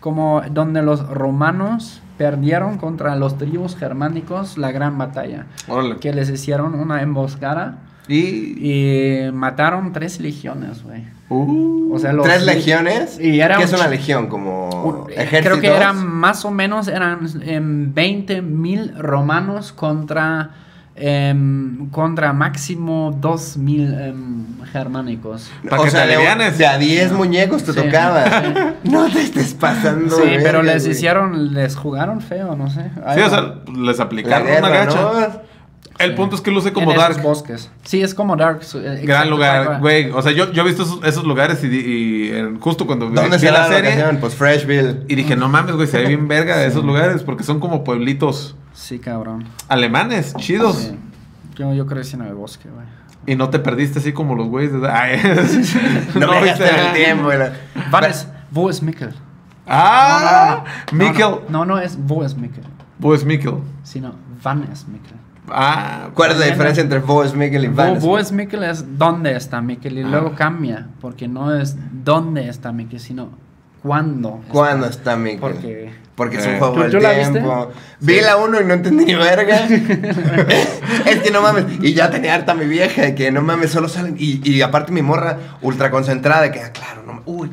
como donde los romanos perdieron contra los tribus germánicos la gran batalla. Órale. Que les hicieron una emboscada Y. y mataron tres legiones, güey. Uh, O sea, los Tres legiones. Y era ¿Qué un es una ch- legión? Como Un- eh, ejércitos. Creo que eran más o menos eran em, 20 mil romanos contra em, contra máximo 2 mil em, germánicos. Pa' que te de, alivianes. de a 10 muñecos te Sí. tocaba. No te estés pasando. sí, de pero verga, les güey. hicieron, les jugaron feo, no sé. sí, Algo o sea, les La aplicaron guerra, una gacha. ¿no? El punto es que luce como en esos Dark. bosques. Sí, es como dark. su- eh, Gran exacto, tal lugar, cual. güey. O sea, yo, yo he visto esos, esos lugares y, di- y en- justo cuando vi ¿Dónde vi será la serie? Pues Freshville. Y dije, no mames, güey, se ve bien verga de esos lugares porque son como pueblitos Sí, cabrón. alemanes, chidos. Sí. Yo, yo crecí en el bosque, güey. Y no te perdiste así como los güeyes de... Ay, No, me gasté viste- el tiempo. era- Vanes, Bo es Mikkel. Ah, No, no, no. Mikkel. No, no, es Bo es Mikkel. Pues Mikkel. Sino Van es Mikkel. Ah, ¿Cuál es la diferencia entre Boas Miguel y Van? Bo, es Mikkel es dónde está Mikkel Ah. y luego cambia, porque no es dónde está Mikkel, sino cuándo. está. ¿Cuándo está Miguel? Porque Porque es un Eh. juego ¿Tú- del tú la viste? tiempo. Vi la 1 y no entendí ni verga. es que no mames. Y ya tenía harta mi vieja de que no mames, solo salen. Y, y aparte mi morra ultra concentrada de que, ah, claro, no mames. Uy.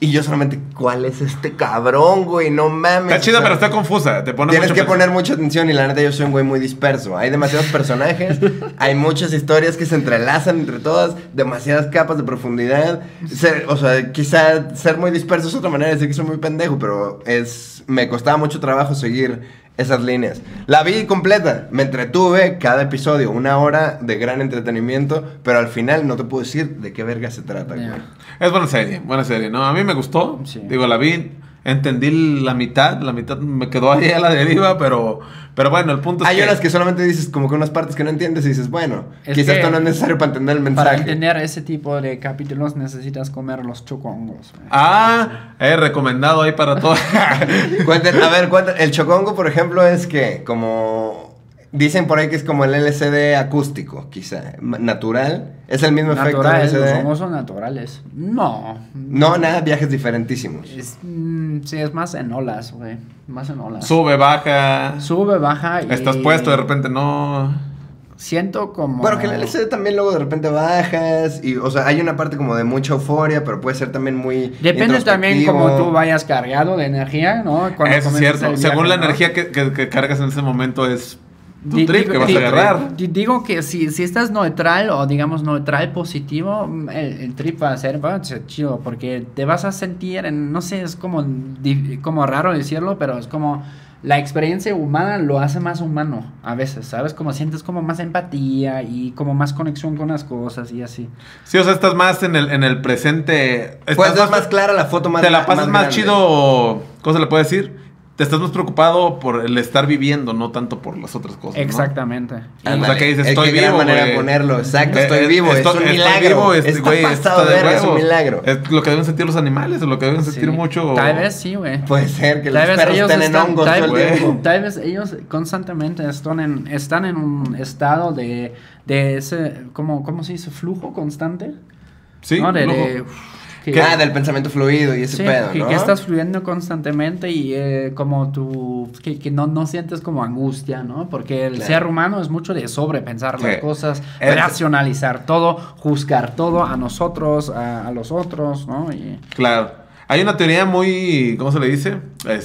Y yo solamente, ¿cuál es este cabrón, güey? No mames. Está chida, O sea, pero está confusa. Te pones Tienes mucho que pens- poner mucha atención y la neta yo soy un güey muy disperso. Hay demasiados personajes, hay muchas historias que se entrelazan entre todas, demasiadas capas de profundidad. Ser- o sea, quizá ser muy disperso es otra manera de decir que soy muy pendejo, pero es me costaba mucho trabajo seguir esas líneas. La vi completa, me entretuve cada episodio, una hora de gran entretenimiento, pero al final no te puedo decir de qué verga se trata, Ya. güey. Es buena serie, buena serie, ¿no? A mí me gustó. Sí. Digo, la vi. entendí la mitad, la mitad me quedó ahí a la deriva, pero, pero bueno, el punto es Hay que... unas que solamente dices, como que unas partes que no entiendes y dices, bueno, Es quizás que esto no es necesario para entender el mensaje. Para entender ese tipo de capítulos necesitas comer los chocongos. güey. Ah, he recomendado ahí para todos. Cuenten, a ver, cuenten. El chocongo, por ejemplo, es que como... Dicen por ahí que es como el LCD acústico, quizá. m- Natural. Es el mismo Naturales, efecto los del ¿eh? LCD. hongos son naturales. No. No, nada, viajes diferentísimos. Es, mm, sí, es más en olas, güey. Más en olas. Sube, baja. Sube, baja y... Estás puesto, de repente no. Siento como... Bueno, que el LCD también luego de repente bajas y, o sea, hay una parte como de mucha euforia, pero puede ser también muy Depende también como introspectivo. tú vayas cargado de energía, ¿no? Cuando Eso es comienzas cierto. el Según la viaje, ¿no? energía que, que- que cargas en ese momento es tu Di- trip digo- que vas di- a agarrar. di- Digo que si, si estás neutral o digamos neutral positivo, mm, el, el trip va a ser, va a ser chido porque te vas a sentir, en- no sé, es como, di- como raro decirlo, pero es como la experiencia humana lo hace más humano a veces, ¿sabes? Como sientes como más empatía y como más conexión con las cosas y así. Sí, o sea, estás más en el, en el presente. Estás Pues es más clara la foto más te la pasas más, grande. chido. ¿Cómo se le puede decir? Te estás más preocupado por el estar viviendo, no tanto por las otras cosas. Pues, ¿no? Exactamente. Y- Ándale. Ándale, O sea, que dices, es estoy gran vivo, manera güey. de ponerlo, exacto, Eh, estoy eh, vivo, esto- es un estoy milagro. vivo, Está este, güey, está pasado de verga, es un huevos. milagro. Es lo que deben sentir los animales, lo que deben sentir sí. mucho. Tal vez sí, güey. Puede ser que los Tal vez perros ellos estén en están, hongos tal, todo el güey. tiempo. tal vez ellos constantemente están en, están en un estado de, de ese, ¿cómo, ¿cómo se dice? ¿Flujo constante? Sí, ¿no? De- luego. de- uf, que, Ah, del pensamiento fluido y ese sí, pedo, que- ¿no? que estás fluyendo constantemente y eh, como tú, que, que no, no sientes como angustia, ¿no? Porque el Claro. ser humano es mucho de sobrepensar las Sí. cosas, Es- racionalizar todo, juzgar todo a nosotros, a, a los otros, ¿no? Y, Claro. Hay una teoría muy, ¿cómo se le dice?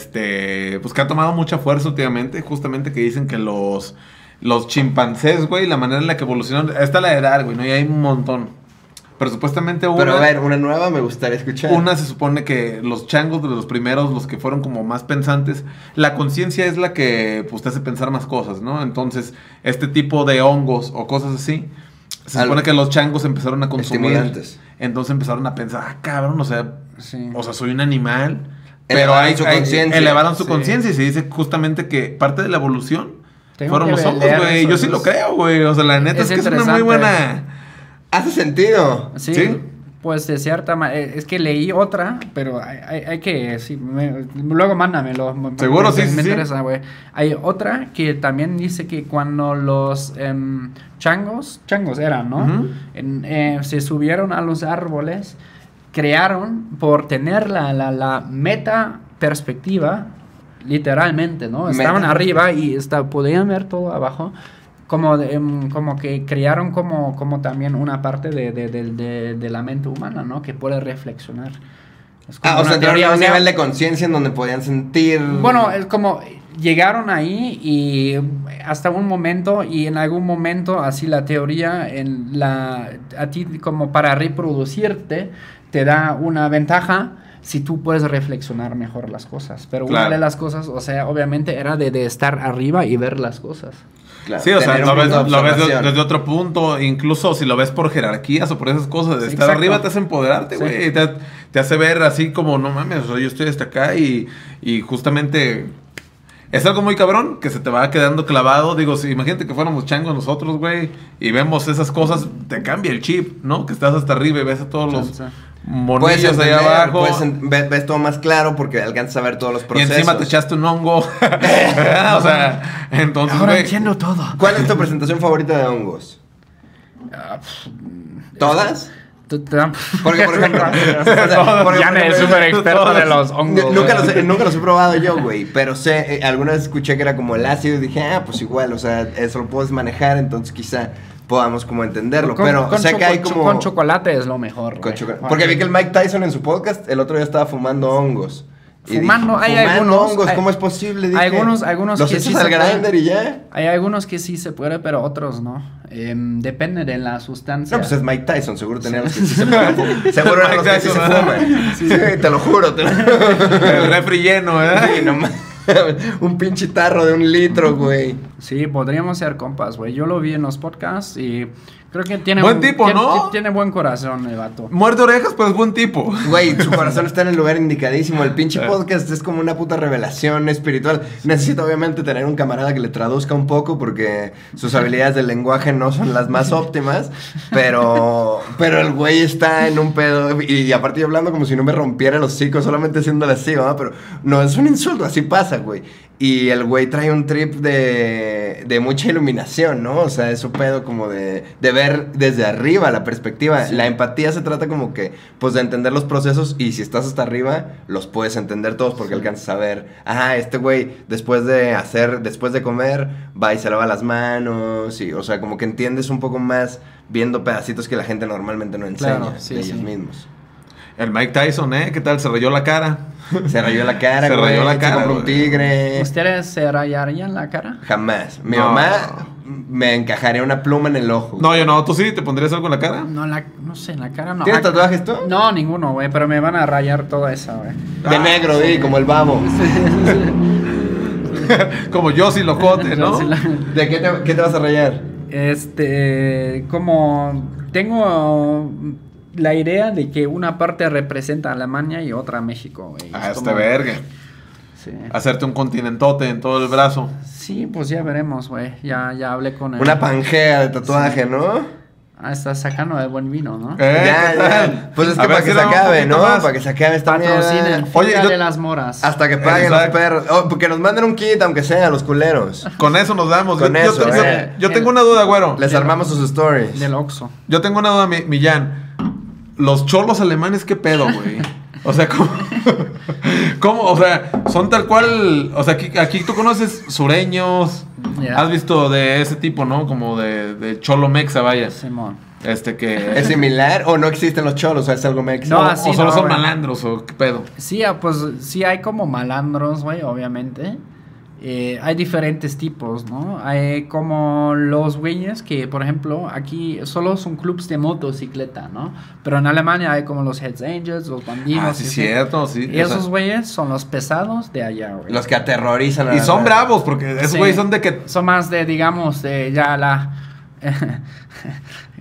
Este, pues que ha tomado mucha fuerza últimamente, justamente que dicen que los, los chimpancés, güey, la manera en la que evolucionaron, está la de Darwin, ¿no? Y hay un montón. Pero supuestamente una, Pero a ver, una nueva me gustaría escuchar. una se supone que los changos de los primeros, los que fueron como más pensantes, la conciencia es la que pues, te hace pensar más cosas, ¿no? Entonces, este tipo de hongos o cosas así, se Algo. supone que los changos empezaron a consumir. Estimulantes. Entonces empezaron a pensar, ah, cabrón, o sea, sí. o sea, soy un animal. Pero Elevaron hay, su hay- conciencia. elevaron su Sí. conciencia y se dice justamente que parte de la evolución Tengo fueron que los ojos, leer güey. eso, Yo sí es- lo creo, güey. O sea, la neta es, es que es una muy interesante. buena. Hace sentido. Sí, ¿Sí? pues de cierta manera. Es que leí otra, pero hay, hay- hay que. sí, me- luego mándamelo. me- Seguro, me- sí, me sí, sí. interesa, güey. Hay otra que también dice que cuando los em, changos, changos eran, ¿no? Ujú. En- eh, se subieron a los árboles, crearon por tener la, la, la meta perspectiva, literalmente, ¿no? Estaban Meta. arriba y está, podían ver todo abajo. Como, de, em, como que crearon como, como también una parte de, de, de, de- de la mente humana, ¿no? Que puede reflexionar. Es como Ah, o una sea, entraron teoría, a un o sea, nivel de conciencia en donde podían sentir. bueno, es como llegaron ahí y hasta un momento y en algún momento así la teoría en la a ti como para reproducirte te da una ventaja si tú puedes reflexionar mejor las cosas, pero Claro. una de las cosas, o sea, obviamente era de, de estar arriba y ver las cosas. Claro, sí, o sea, tener lo un ves, punto de lo ves de- observación. desde otro punto. Incluso si lo ves por jerarquías o por esas cosas, de Sí, estar exacto. arriba te hace empoderarte, Sí. güey. Te, te hace ver así como, no mames, o sea, yo estoy hasta acá y, y justamente. Es algo muy cabrón que se te va quedando clavado. Digo, si imagínate que fuéramos changos nosotros, güey, y vemos esas cosas, te cambia el chip, ¿no? Que estás hasta arriba y ves a todos los, Chance. Puedes monillos entender, allá abajo. puedes en- ves, ves todo más claro porque alcanzas a ver todos los y procesos. encima te echaste un hongo. o sea, entonces, Ahora güey, entiendo todo. ¿Cuál es tu presentación favorita de hongos? Este, ¿Todas? Ah, Tú- te dan- Porque, por ejemplo, o sea, porque, Ya por me ejemplo, súper experto de los hongos. N- Nunca güey. los, he, nunca los he probado yo, güey. Pero sé, eh, alguna vez escuché que era como el ácido y dije, ah, pues igual, o sea, eso lo puedes manejar, entonces quizá podamos como entenderlo. Con- pero con sé que choco- hay cho- como. Con chocolate es lo mejor. con güey. chocolate. Bueno. Porque vi que el Mike Tyson en su podcast el otro día estaba fumando hongos. Y Fumando, hay "Fumando algunos, hongos, hay- ¿cómo es posible? Dije, algunos- algunos los que echas sí al se pueden. grinder y ya. Hay algunos que sí se puede, pero otros no. Em, depende de la sustancia. No, pues es Mike Tyson, seguro tenía Sí. los que sí se fuman. Seguro eran los Mike que sí se Tyson, ¿verdad? fuman. Sí, te lo juro. Te lo juro. el refri lleno, ¿verdad? Ay, no mames. un pinche tarro de un litro, güey. Sí, podríamos ser compas, güey. Yo lo vi en los podcasts y creo que tiene... Buen tipo, tiene- ¿no? Tiene buen corazón el vato. Muerde orejas, pero es buen tipo. Güey, su corazón está en el lugar indicadísimo. El pinche podcast es como una puta revelación espiritual. Necesito obviamente tener un camarada que le traduzca un poco porque sus habilidades del lenguaje no son las más óptimas. Pero, pero el güey está en un pedo. Y, aparte yo hablando como si no me rompiera los hocico, solamente haciéndole así, ¿verdad? Pero no, es un insulto, así pasa, güey. Y el güey trae un trip de, de mucha iluminación, ¿no? O sea, es un pedo como de, de ver desde arriba la perspectiva. La empatía se trata como que, pues, de entender los procesos y si estás hasta arriba, los puedes entender todos porque alcanzas a ver, ah, este güey después de hacer, después de comer, va y se lava las manos. Y, o sea, como que entiendes un poco más viendo pedacitos que la gente normalmente no enseña Claro, sí, de ellos sí. mismos. El Mike Tyson, ¿eh? ¿Qué tal? Se rayó la cara. Se rayó la cara, Se rayó güey, la cara, compró un güey. tigre. Eh. ¿Ustedes se rayarían la cara? Jamás. Mi No. mamá me encajaría una pluma en el ojo. No, yo no. ¿Tú sí? ¿Te pondrías algo en la cara? No, la, no sé, la cara no. ¿Tienes Ac- tatuajes tú? No, ninguno, güey, pero me van a rayar toda esa, güey. De negro, di, como el babo. Como yo sí locote, ¿no? Entonces, la- ¿De qué te, qué te vas a rayar? Este, como tengo la idea de que una parte representa a Alemania y otra a México, güey. Ah, Es este como- verga. Sí. Hacerte un continentote en todo el brazo. Sí, pues ya veremos, güey. Ya, ya hablé con él. Una pangea de tatuaje, ¿no? Ah, está sacando el buen vino, ¿no? Eh, Ya, ¿qué ya. tal? Pues es A que ver para si que se le damos un acabe, poquito ¿no? más. Para que se acabe esta Patrocinen, mierda. eh, Oye, Feria yo- de las moras. Hasta que paguen los Exacto. perros. Oh, que nos manden un kit, aunque sea, los culeros. Con eso nos damos. Con yo, eso, yo te- yo- eh. yo tengo una duda, güero. Les armamos sus stories. Del Oxxo. Yo tengo una duda, mi- Millán. Los cholos alemanes, ¿qué pedo, güey? O sea, ¿cómo? ¿Cómo? O sea, son tal cual. O sea, aquí, aquí tú conoces sureños. Ya. Has visto de ese tipo, ¿no? Como de, de cholo mexa, vaya. Simón. Este ¿Es que. similar o no existen los cholos? ¿O es algo mex? No, o, así o solo Ah, no, son güey. malandros, o qué pedo. Sí, ah, pues sí hay como malandros, güey, obviamente. Eh, hay diferentes tipos, ¿no? Hay como los güeyes que, por ejemplo, aquí solo son clubs de motocicleta, ¿no? Pero en Alemania hay como los Hells Angels, los bandidos. Ah, sí, cierto, sí. Y esos o güeyes son los pesados de allá, güey. Los que aterrorizan a sea, y la son raza. bravos, porque esos Sí. güeyes son de que. Son más de, digamos, de ya la...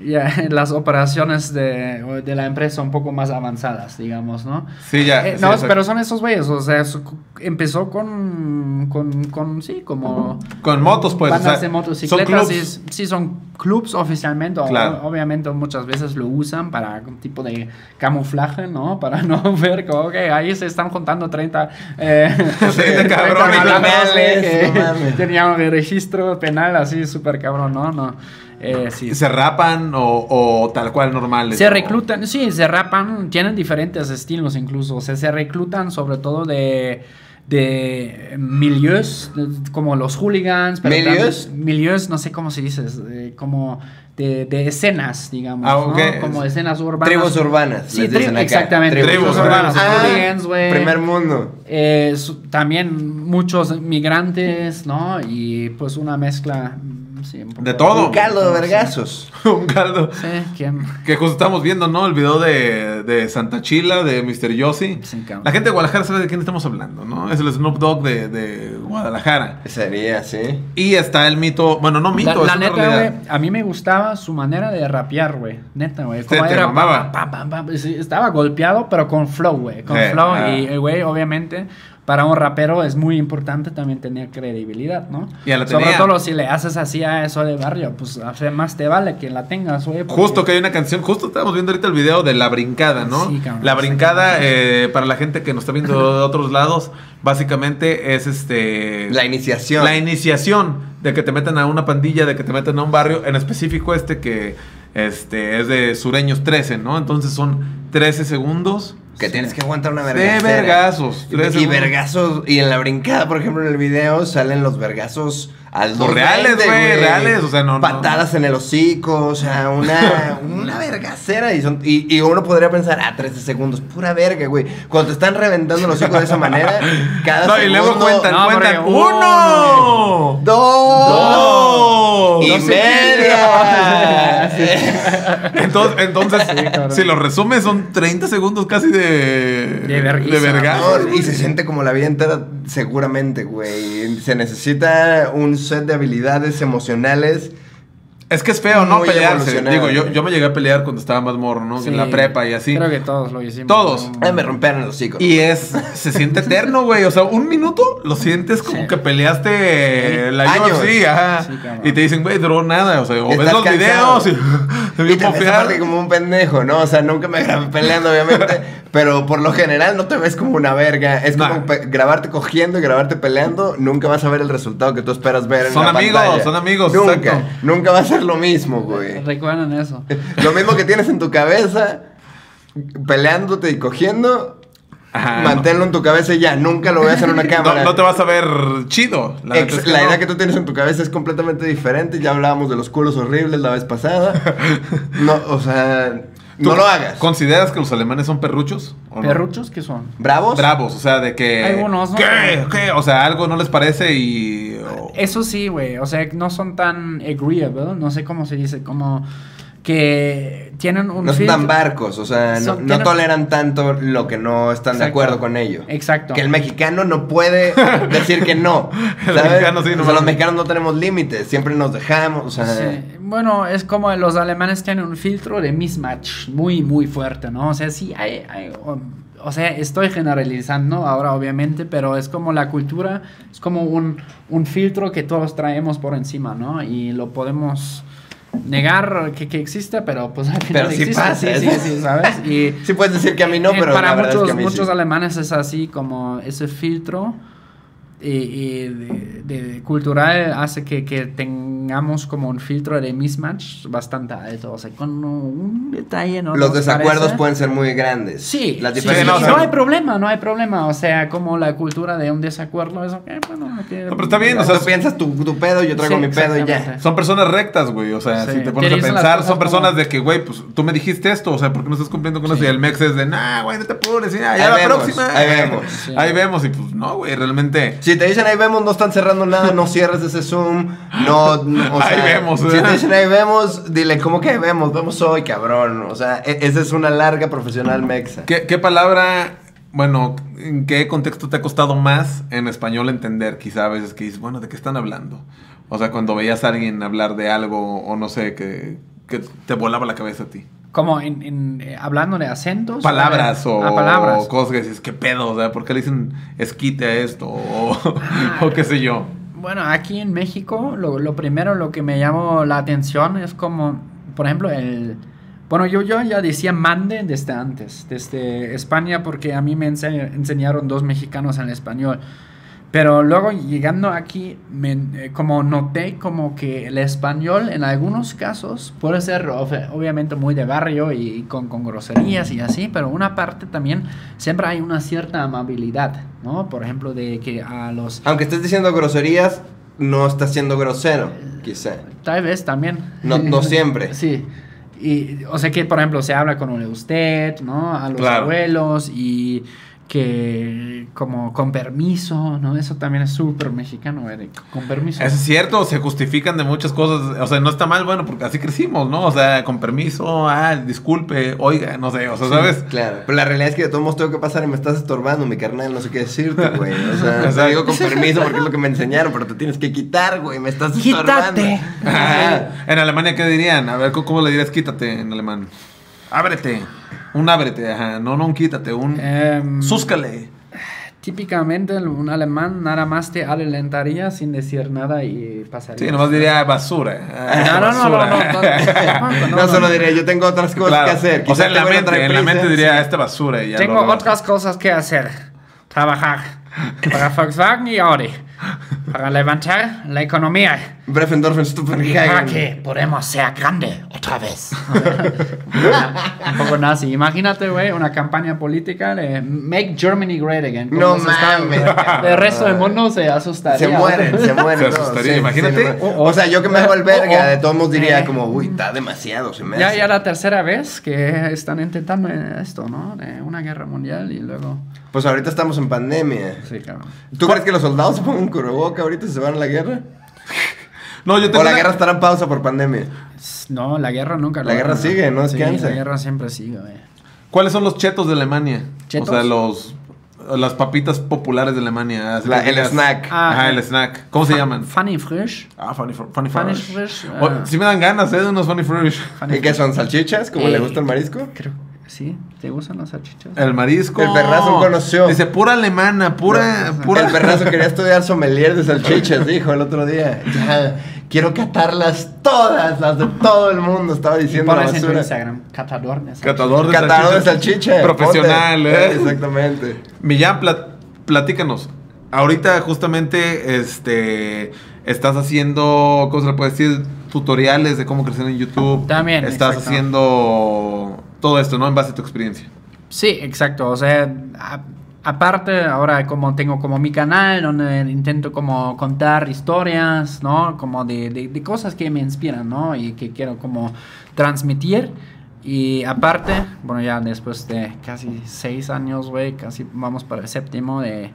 ya las operaciones de, de la empresa un poco más avanzadas, digamos, ¿no? Sí, ya. Eh, sí, no, o sea, pero son esos güeyes, o sea, su- empezó con, con, con, sí, como... Con motos, pues. o bandas sea, de Son motocicletas, clubs. sí, es- sí, son clubs oficialmente, o- Claro. obviamente muchas veces lo usan para un tipo de camuflaje, ¿no? Para no ver que, ok, ahí se están juntando 30... Eh, Sí, de 30 cabrones, malandros, güey, penales, que no mames. Tenían el registro penal así súper cabrón, ¿no? no eh, sí. Se rapan o, o tal cual normales. Se o- reclutan, sí, se rapan, tienen diferentes estilos incluso, o sea, se reclutan sobre todo de, de milieus, de- como los hooligans. también- ¿Milieus? milieus, no sé cómo se dice, es, eh, como de, de escenas, digamos, Ah, ¿no? ok. como escenas urbanas. Tribus urbanas. Sí, les tri- dicen acá. exactamente, tribus urbanas. Ah, Hooligans, güey. primer mundo. Eh, su- también muchos migrantes, ¿no? Y pues una mezcla... mm, sí, un poco- De todo. Un caldo de vergazos. un caldo. Sí, ¿quién? Que justo estamos viendo, ¿no? El video de, de Santa Chila, de Mr. Yossi. Sí, cabrón. La gente de Guadalajara sabe de quién estamos hablando, ¿no? Es el Snoop Dogg de, de Guadalajara. Sería, sí. Y está el mito, bueno, no mito, La, es la una neta, realidad. güey, a mí me gustaba su manera de rapear, güey. Neta, güey. Te- Como te era. mamaba. pa, pa, pa, pa, sí, estaba golpeado, pero con flow, güey. Con Eh, flow. ah. Y el güey, obviamente, para un rapero es muy importante también tener credibilidad, ¿no? Ya la Sobre tenía. todo si le haces así a eso de barrio, pues hace más te vale que la tengas, güey. porque- Justo que hay una canción, justo estábamos viendo ahorita el video de La Brincada, ¿no? Sí, cabrón. la Brincada, eh, para la gente que nos está viendo de otros lados, básicamente es este... La iniciación. La iniciación de que te metan a una pandilla, de que te metan a un barrio, en específico este que este, es de Sureños 13, ¿no? Entonces son 13 segundos que Sí. tienes que aguantar una de vergacera. vergazos. Y, 13 y segundos. vergazos. Y en la brincada, por ejemplo, en el video salen los vergazos al Los reales, 220, güey, reales, o sea, no- no. Patadas en el hocico, o sea, una, una vergacera. Y, son, y, y uno podría pensar, ah, 13 segundos, pura verga, güey. Cuando te están reventando el hocico de esa manera, cada No, y segundo. luego cuentan, No, cuentan. hombre, ¡Uno! ¡Dos! ¡Dos! ¡Y ¡Dos y media! media! Entonces, entonces Sí, cabrón. si lo resumes, son 30 segundos casi de. De verguiza. vergazo, No, güey. y se siente como la vida entera, seguramente, güey. Se necesita un set de habilidades emocionales. Es que es feo, ¿no? Muy Pelearse. evolucionado, Digo, yo, güey. yo me llegué a pelear cuando estaba más morro, ¿no? En la prepa y así. Creo que todos lo hicimos. Todos. ¿no? Ay, Ah, me rompieron los hocico. Y es, se siente eterno, güey. O sea, un minuto lo sientes como Sí. que peleaste la Años. UFC, ajá. Sí, cabrón. y te dicen, güey, duró nada. O sea, o ves Estás los cansado. videos y te vi Y te ves mofear. aparte como un pendejo, ¿no? O sea, nunca me grabé peleando, obviamente. pero por lo general no te ves como una verga. Es Nah. como pe- grabarte cogiendo y grabarte peleando. Nunca vas a ver el resultado que tú esperas ver en Son la amigos, pantalla. son amigos, Nunca, exacto. nunca va a ser lo mismo, güey. Recuerdan eso. Lo mismo que tienes en tu cabeza, peleándote y cogiendo, Ajá, no. manténlo en tu cabeza y ya. Nunca lo veas en una No, cámara. no te vas a ver chido. La, neta es que idea no. que tú tienes en tu cabeza es completamente diferente. Ya hablábamos de los culos horribles la vez pasada. No, o sea, ¿Tú no lo hagas. ¿Consideras que los alemanes son perruchos? o no? ¿Perruchos qué son? ¿Bravos? Bravos, o sea, de que. Hay unos, ¿no? ¿Qué? ¿Qué? O sea, algo no les parece y. o- Eso sí, güey. O sea, no son tan agreeable. No sé cómo se dice. Como que tienen un. No son feel- tan barcos, o sea, no, Son- no tienen- toleran tanto lo que no están de Exacto. acuerdo con ello. Exacto. Que el mexicano no puede decir que no. El ¿sabes? mexicano sí, O sea, nomás. los mexicanos no tenemos límites, siempre nos dejamos, o sea, Sí. Bueno, es como los alemanes tienen un filtro de mismatch muy, muy fuerte, ¿no? O sea, sí hay... hay- o, o sea, estoy generalizando ahora, obviamente, pero es como la cultura, es como un, un filtro que todos traemos por encima, ¿no? Y lo podemos negar que, que exista, pero pues al final sí existe, pasa, sí, sí, ¿eh? sí, ¿sabes? Y sí puedes decir que a mí no, eh, pero para la verdad muchos, es que a mí sí. muchos alemanes es así como ese filtro eh, eh, de- de- cultural hace que, que tengamos como un filtro de mismatch bastante alto, o sea, con un detalle, ¿no? Los nos desacuerdos parece. pueden ser muy grandes. Sí, Las sí, diferencias sí, no, y o sea- no hay problema, no hay problema, o sea, como la cultura de un desacuerdo, eso, eh, bueno, no tiene- No, pero está bien, o O sea, sea, tú piensas tu, tu pedo, yo traigo Sí, mi pedo y ya. exactamente. Son personas rectas, güey. O sea, Sí. si te Te pones a dicen las pensar, cosas son personas como- de que, güey, pues tú me dijiste esto. O sea, ¿por qué no estás cumpliendo con eso? Sí. Y el mex es de, nah, güey, no te apures. Ya, ya Ahí la vemos, próxima. ahí vemos. Sí. Ahí vemos. Y pues no, güey, realmente. Si te dicen ahí vemos, no están cerrando nada, no cierres ese Zoom, no, no, o sea, Ahí vemos, Si ¿verdad? te dicen ahí vemos, dile, ¿cómo que ahí vemos? Vemos hoy, cabrón. O sea, e- esa es una larga profesional mexa. ¿Qué, qué palabra, bueno, en qué contexto te ha costado más en español entender? Quizá a veces que dices, bueno, ¿de qué están hablando? O sea, cuando veías a alguien hablar de algo o no sé, que, que te volaba la cabeza a ti. Como en, en, eh, hablando de acentos. Palabras eh, o, ah, palabras. cosas que dices, ¿qué pedo? O sea, ¿por qué le dicen esquite a esto? O, Ah. o qué sé yo. Bueno, aquí en México lo, lo primero, lo que me llamó la atención es como, por ejemplo, el... Bueno, yo, yo ya decía mande desde antes, desde España, porque a mí me ense- enseñaron dos mexicanos en español. Pero luego llegando aquí, me, eh, como noté como que el español en algunos casos puede ser ob- obviamente muy de barrio y, con, con groserías y así, pero una parte también siempre hay una cierta amabilidad, ¿no? Por ejemplo, de que a los Aunque estés diciendo groserías, no estás siendo grosero, quizá. Tal vez también. No- no siempre. Sí. Y, o sea que, por ejemplo, se habla con el usted, ¿no? A los Claro. abuelos y que como con permiso, ¿no? Eso también es súper mexicano, Eric. Con permiso. Eso es cierto, se justifican de muchas cosas. O sea, no está mal, bueno, porque así crecimos, ¿no? O sea, con permiso, ah, disculpe, oiga, no sé, o sea, ¿sabes? Claro. Pero la realidad es que de todos modos tengo que pasar y me estás estorbando, mi carnal, no sé qué decirte, güey. O sea, te Exacto. digo con permiso porque es lo que me enseñaron, pero te tienes que quitar, güey, me estás estorbando. Quítate. Ajá. Ah, en Alemania, ¿qué dirían? A ver, ¿cómo, cómo le dirías quítate en alemán? Ábrete. Un ábrete, ajá. No, no un quítate, un... Em, Súscale. típicamente un alemán nada más te alentaría sin decir nada y pasaría. Sí, nomás diría basura. No, Ah, no, no, no, basura. no, no, No, no, no. solo diré, yo tengo otras cosas Claro. que hacer. O sea, Quizá en la te voy a mente, traer en la prisa. mente diría esta basura y ya Tengo lo rebajas. otras cosas que hacer. Trabajar para Volkswagen y Audi. Para levantar la economía. Breffendorfen Stupenhagen. Para que podemos ser grande otra vez. Un poco nazi. Imagínate, güey, una campaña política de Make Germany Great Again. Como No los Estados- mames. El resto del mundo se asustaría. Se mueren, se mueren. Se no, asustaría, sí, imagínate. sí, se mueren. o sea, yo que me hago el verga, de todos modos diría Oh, Eh. como, uy, está demasiado, se me Ya, hace. ya la tercera vez que están intentando esto, ¿no? De una guerra mundial y luego... Pues ahorita estamos en pandemia. Sí, claro. ¿Tú crees que los soldados se pongan curoboca ahorita y se van a la guerra? No, yo tengo O la una- guerra estará en pausa por pandemia. No, la guerra nunca. La lo- guerra sigue, no Sí, descansa. La guerra siempre sigue, güey. ¿Cuáles son los chetos de Alemania? ¿Chetos? O sea, los las papitas populares de Alemania. Así La- que el digas- snack. Ah, Ajá, el eh. snack. ¿Cómo se llaman? Funny Frisch. Ah, Funny Fr- Funny Funny Fresh. Fresh, Oh, ah. Sí me dan ganas, ¿eh? De unos Funny Fresh. Funny ¿Y qué Frisch. son? ¿Salchichas? ¿Como le gusta el marisco? Creo. ¿Sí? ¿Te gustan las salchichas? Eh, El marisco. El Ferrazo conoció. Dice, pura alemana, pura... pura... El perrazo quería estudiar sommelier de salchichas, dijo el otro día. Ya, quiero catarlas todas, las de todo el mundo, estaba Y diciendo la pones en tu basura. Instagram, catador de salchichas. Catador de Catador de salchichas. salchichas. Profesional, ponte. ¿eh? Exactamente. Millán, plat- platícanos. Ahorita justamente este estás haciendo, ¿cómo se le puede decir? Tutoriales de cómo crecer en YouTube. También, Estás exacto. haciendo todo esto, ¿no? En base a tu experiencia. Sí, exacto. O sea, a- aparte, ahora como tengo como mi canal donde intento como contar historias, ¿no? Como de, de- de cosas que me inspiran, ¿no? Y que quiero como transmitir. Y aparte, bueno, ya después de casi seis años, güey, casi vamos para el séptimo de,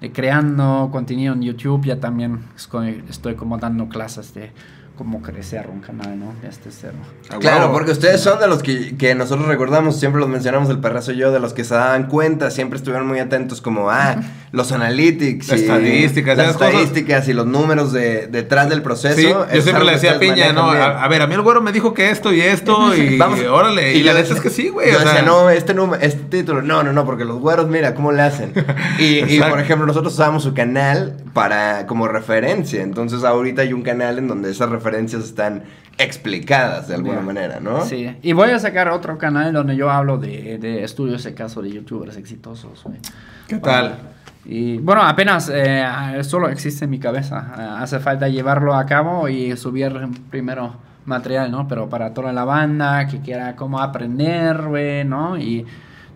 de creando contenido en YouTube, ya también estoy, estoy como dando clases de cómo crecer un canal, ¿no? Desde cero. Claro, porque ustedes son de los que, que nosotros recordamos, siempre los mencionamos el perrazo y yo, de los que se daban cuenta, siempre estuvieron muy atentos como, ah, los analytics, y Estadísticas, las esas cosas. estadísticas y los números de, detrás del proceso. Sí, yo es siempre algo le que decía a ustedes Piña, manejan ¿no? bien. A, a ver, a mí el güero me dijo que esto y esto y órale. Y, yo la neta decía- es que sí, güey. Yo o sea, decía, no, este, número, este título, no, no, no, porque los güeros, mira, ¿cómo le hacen? Y, y, Exacto. por ejemplo, nosotros usábamos su canal para como referencia. Entonces, ahorita hay un canal en donde esas referencias están explicadas de alguna Ya. manera, ¿no? Sí, y voy a sacar otro canal donde yo hablo de, de estudios de caso de youtubers exitosos. güey. ¿Qué tal? Y bueno, apenas eh, solo existe en mi cabeza. Eh, hace falta llevarlo a cabo y subir primero material, ¿no? Pero para toda la banda que quiera cómo aprender, güey, ¿no? Y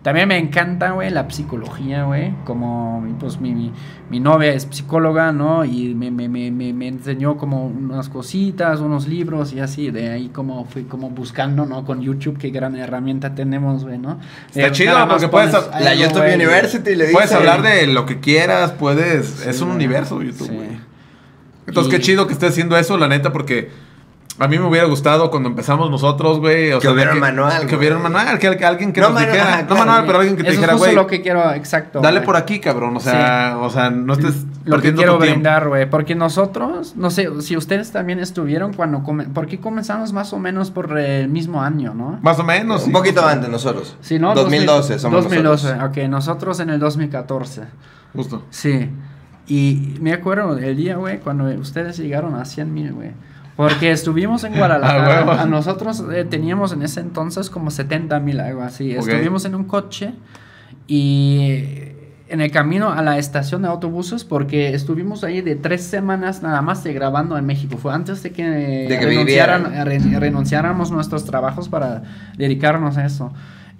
también me encanta, güey, la psicología, güey. Como, pues, mi, mi, mi novia es psicóloga, ¿no? Y me, me, me, me, me enseñó como unas cositas, unos libros y así. De ahí como fui como buscando, ¿no? Con YouTube, qué gran herramienta tenemos, güey, ¿no? Está Eh, chido, nada más porque puedes pones hab- La algo, YouTube güey, y- University le dice. Puedes hablar de lo que quieras, puedes. es Sí, un güey. universo, YouTube, Sí. güey. Entonces, Y- qué chido que estés haciendo eso, la neta, porque a mí me hubiera gustado cuando empezamos nosotros, güey. o Que sea, de hubiera un manual, Que hubiera un güey. manual, que, al- que alguien que No nos manual, dijera. ajá, no claro, manual, pero güey. alguien que te Eso dijera, es justo güey. lo que quiero, exacto. Dale güey. por aquí, cabrón. O sea, o sea no estés Lo que perdiendo quiero tu tiempo. brindar, güey. Porque nosotros, no sé, si ustedes también estuvieron cuando... come- porque comenzamos más o menos por eh, el mismo año, ¿no? Más o menos. sí. Un poquito antes nosotros. Sí, ¿no? 2012 somos 2012, nosotros. ok. Nosotros en el 2014. Justo. Sí. Y me acuerdo el día, güey, cuando ustedes llegaron a 100 mil, güey. Porque estuvimos en A huevo. Guadalajara. a nosotros eh, teníamos en ese entonces como 70 mil, algo así. Ok. Estuvimos en un coche y en el camino a la estación de autobuses porque estuvimos ahí de tres semanas nada más de grabando en México. Fue antes de que, De que renunciaran- vivieran. re- renunciáramos nuestros trabajos para dedicarnos a eso.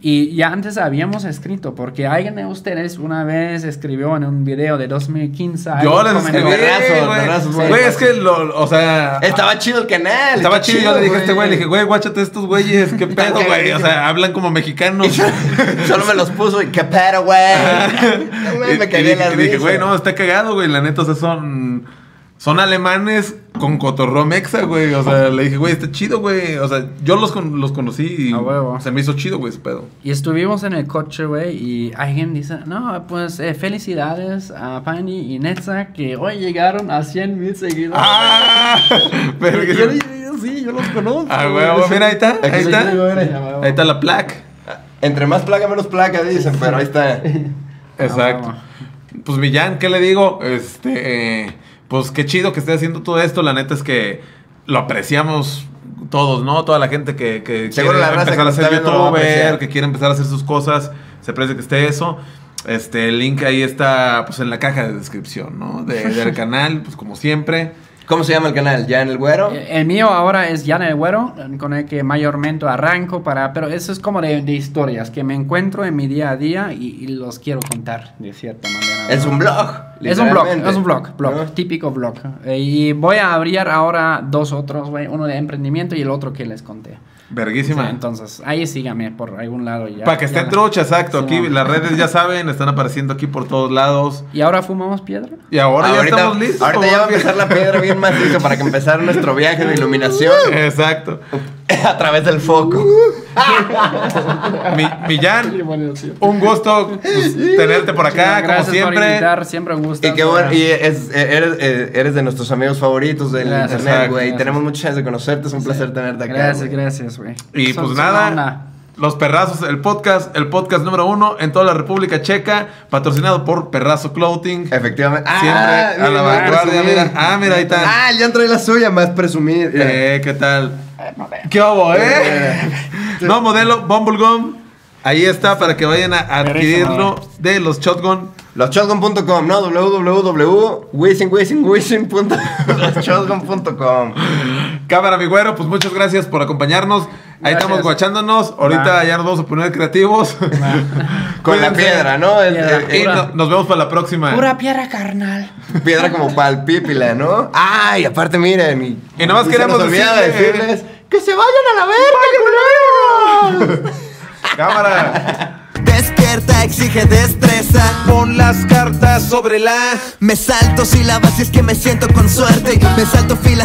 Y ya antes habíamos escrito, porque alguien de ustedes una vez escribió en un video de 2015. algo Yo les comentó- escribí, El vergazo, el vergazo, güey. Pues. güey. Güey, es que, lo, o sea... Estaba chido el canal. Estaba está chido, yo le dije a este güey, le dije, güey, guáchate estos güeyes, qué pedo, güey. O sea, hablan como mexicanos. Solo me los puso y qué pedo, güey. Y- No mames, me y dije- cagué en la y dije, güey, risa. no, está cagado, güey. La neta, o sea, son. Son alemanes con cotorro mexa, güey. O sea, le dije, güey, está chido, güey. O sea, yo los, con- los conocí y A huevo. se me hizo chido, güey, ese pedo. Y estuvimos en el coche, güey, y alguien dice, no, pues eh, felicidades a Pani y Netza que hoy llegaron a 100 mil seguidores. ¡Ah! Pero Y que- yo le dije, sí, yo los conozco. Ah, huevo, mira, ahí está, ahí se está. llama, güey. Sí, a huevo. Ahí está la placa. Entre más placa, menos placa, dicen, pero ahí está. Exacto. Ah, Pues Millán, ¿qué le digo? Este, eh, pues qué chido que esté haciendo todo esto. La neta es que lo apreciamos todos, ¿no? Toda la gente que, que Seguro la raza que empezar a nos ser está viendo lo va a youtuber, apreciar. que quiere empezar a hacer sus cosas, se aprecia que esté eso. Este, el link ahí está, pues en la caja de descripción, ¿no? De- del canal, pues como siempre. ¿Cómo se llama el canal? ¿Ya en el güero? El Eh, el mío ahora es Jan el Güero, con el que mayormente arranco para... Pero eso es como de, de historias que me encuentro en mi día a día y, y los quiero contar de cierta manera. Es ¿no? un blog. Es un blog, Literalmente. es un blog, blog, ¿No? típico blog. Eh, y voy a abrir ahora dos otros, güey, uno de emprendimiento y el otro que les conté. O sea, Verguísima. entonces, ahí sígame por algún lado. y ya- Para que ya esté la- trucha, exacto. Sí, Aquí no. las redes ya saben, están apareciendo aquí por todos lados. ¿Y ahora fumamos piedra? Y ahora ya estamos listos. Ahorita como ya va a bien. empezar la piedra bien macizo para que empezar nuestro viaje de iluminación Exacto. a través del foco. Mi, Millán, un gusto pues, tenerte por acá, Gracias como por siempre. invitar, siempre un gusto. Y qué bueno, y es- e, eres, eres de nuestros amigos favoritos del Gracias, internet, exacto. güey. Gracias. Tenemos muchas chances de conocerte, es un placer tenerte acá. Gracias, güey. gracias, güey. Y Son- pues son nada, onda. Los Perrazos, el podcast, el podcast número uno en toda la República Checa, patrocinado por Perrazo Clothing. Efectivamente. Siempre a la Ah, mira, vanguardia, presumir. mira. Ah, mira, ahí está. Ah, ya trae la suya, más presumir. Mira. Eh, ¿qué tal? ¿Qué hubo, eh? No, modelo, Bumblegum. Ahí está para que vayan a adquirirlo de los Shotgun. Loshotgun.com, no, www.wisinwisinwisin.loshotgun.com. Cámara, mi güero, pues muchas gracias por acompañarnos. Ahí Gracias. estamos guachándonos. Ahorita ya nos vamos a poner creativos. Con la Cuídense. piedra, ¿no? eh, El- el- Y el- no- nos vemos para la próxima. Pura piedra carnal. piedra como palpípila, ¿no? Ay, aparte, miren. Y, Y nomás se queremos nos olvida decirle- decirles que se vayan a la verga, culeros. Cámara. Despierta, exige destreza. Pon las cartas sobre la. Me salto sílabas si es que me siento con suerte. Me salto filas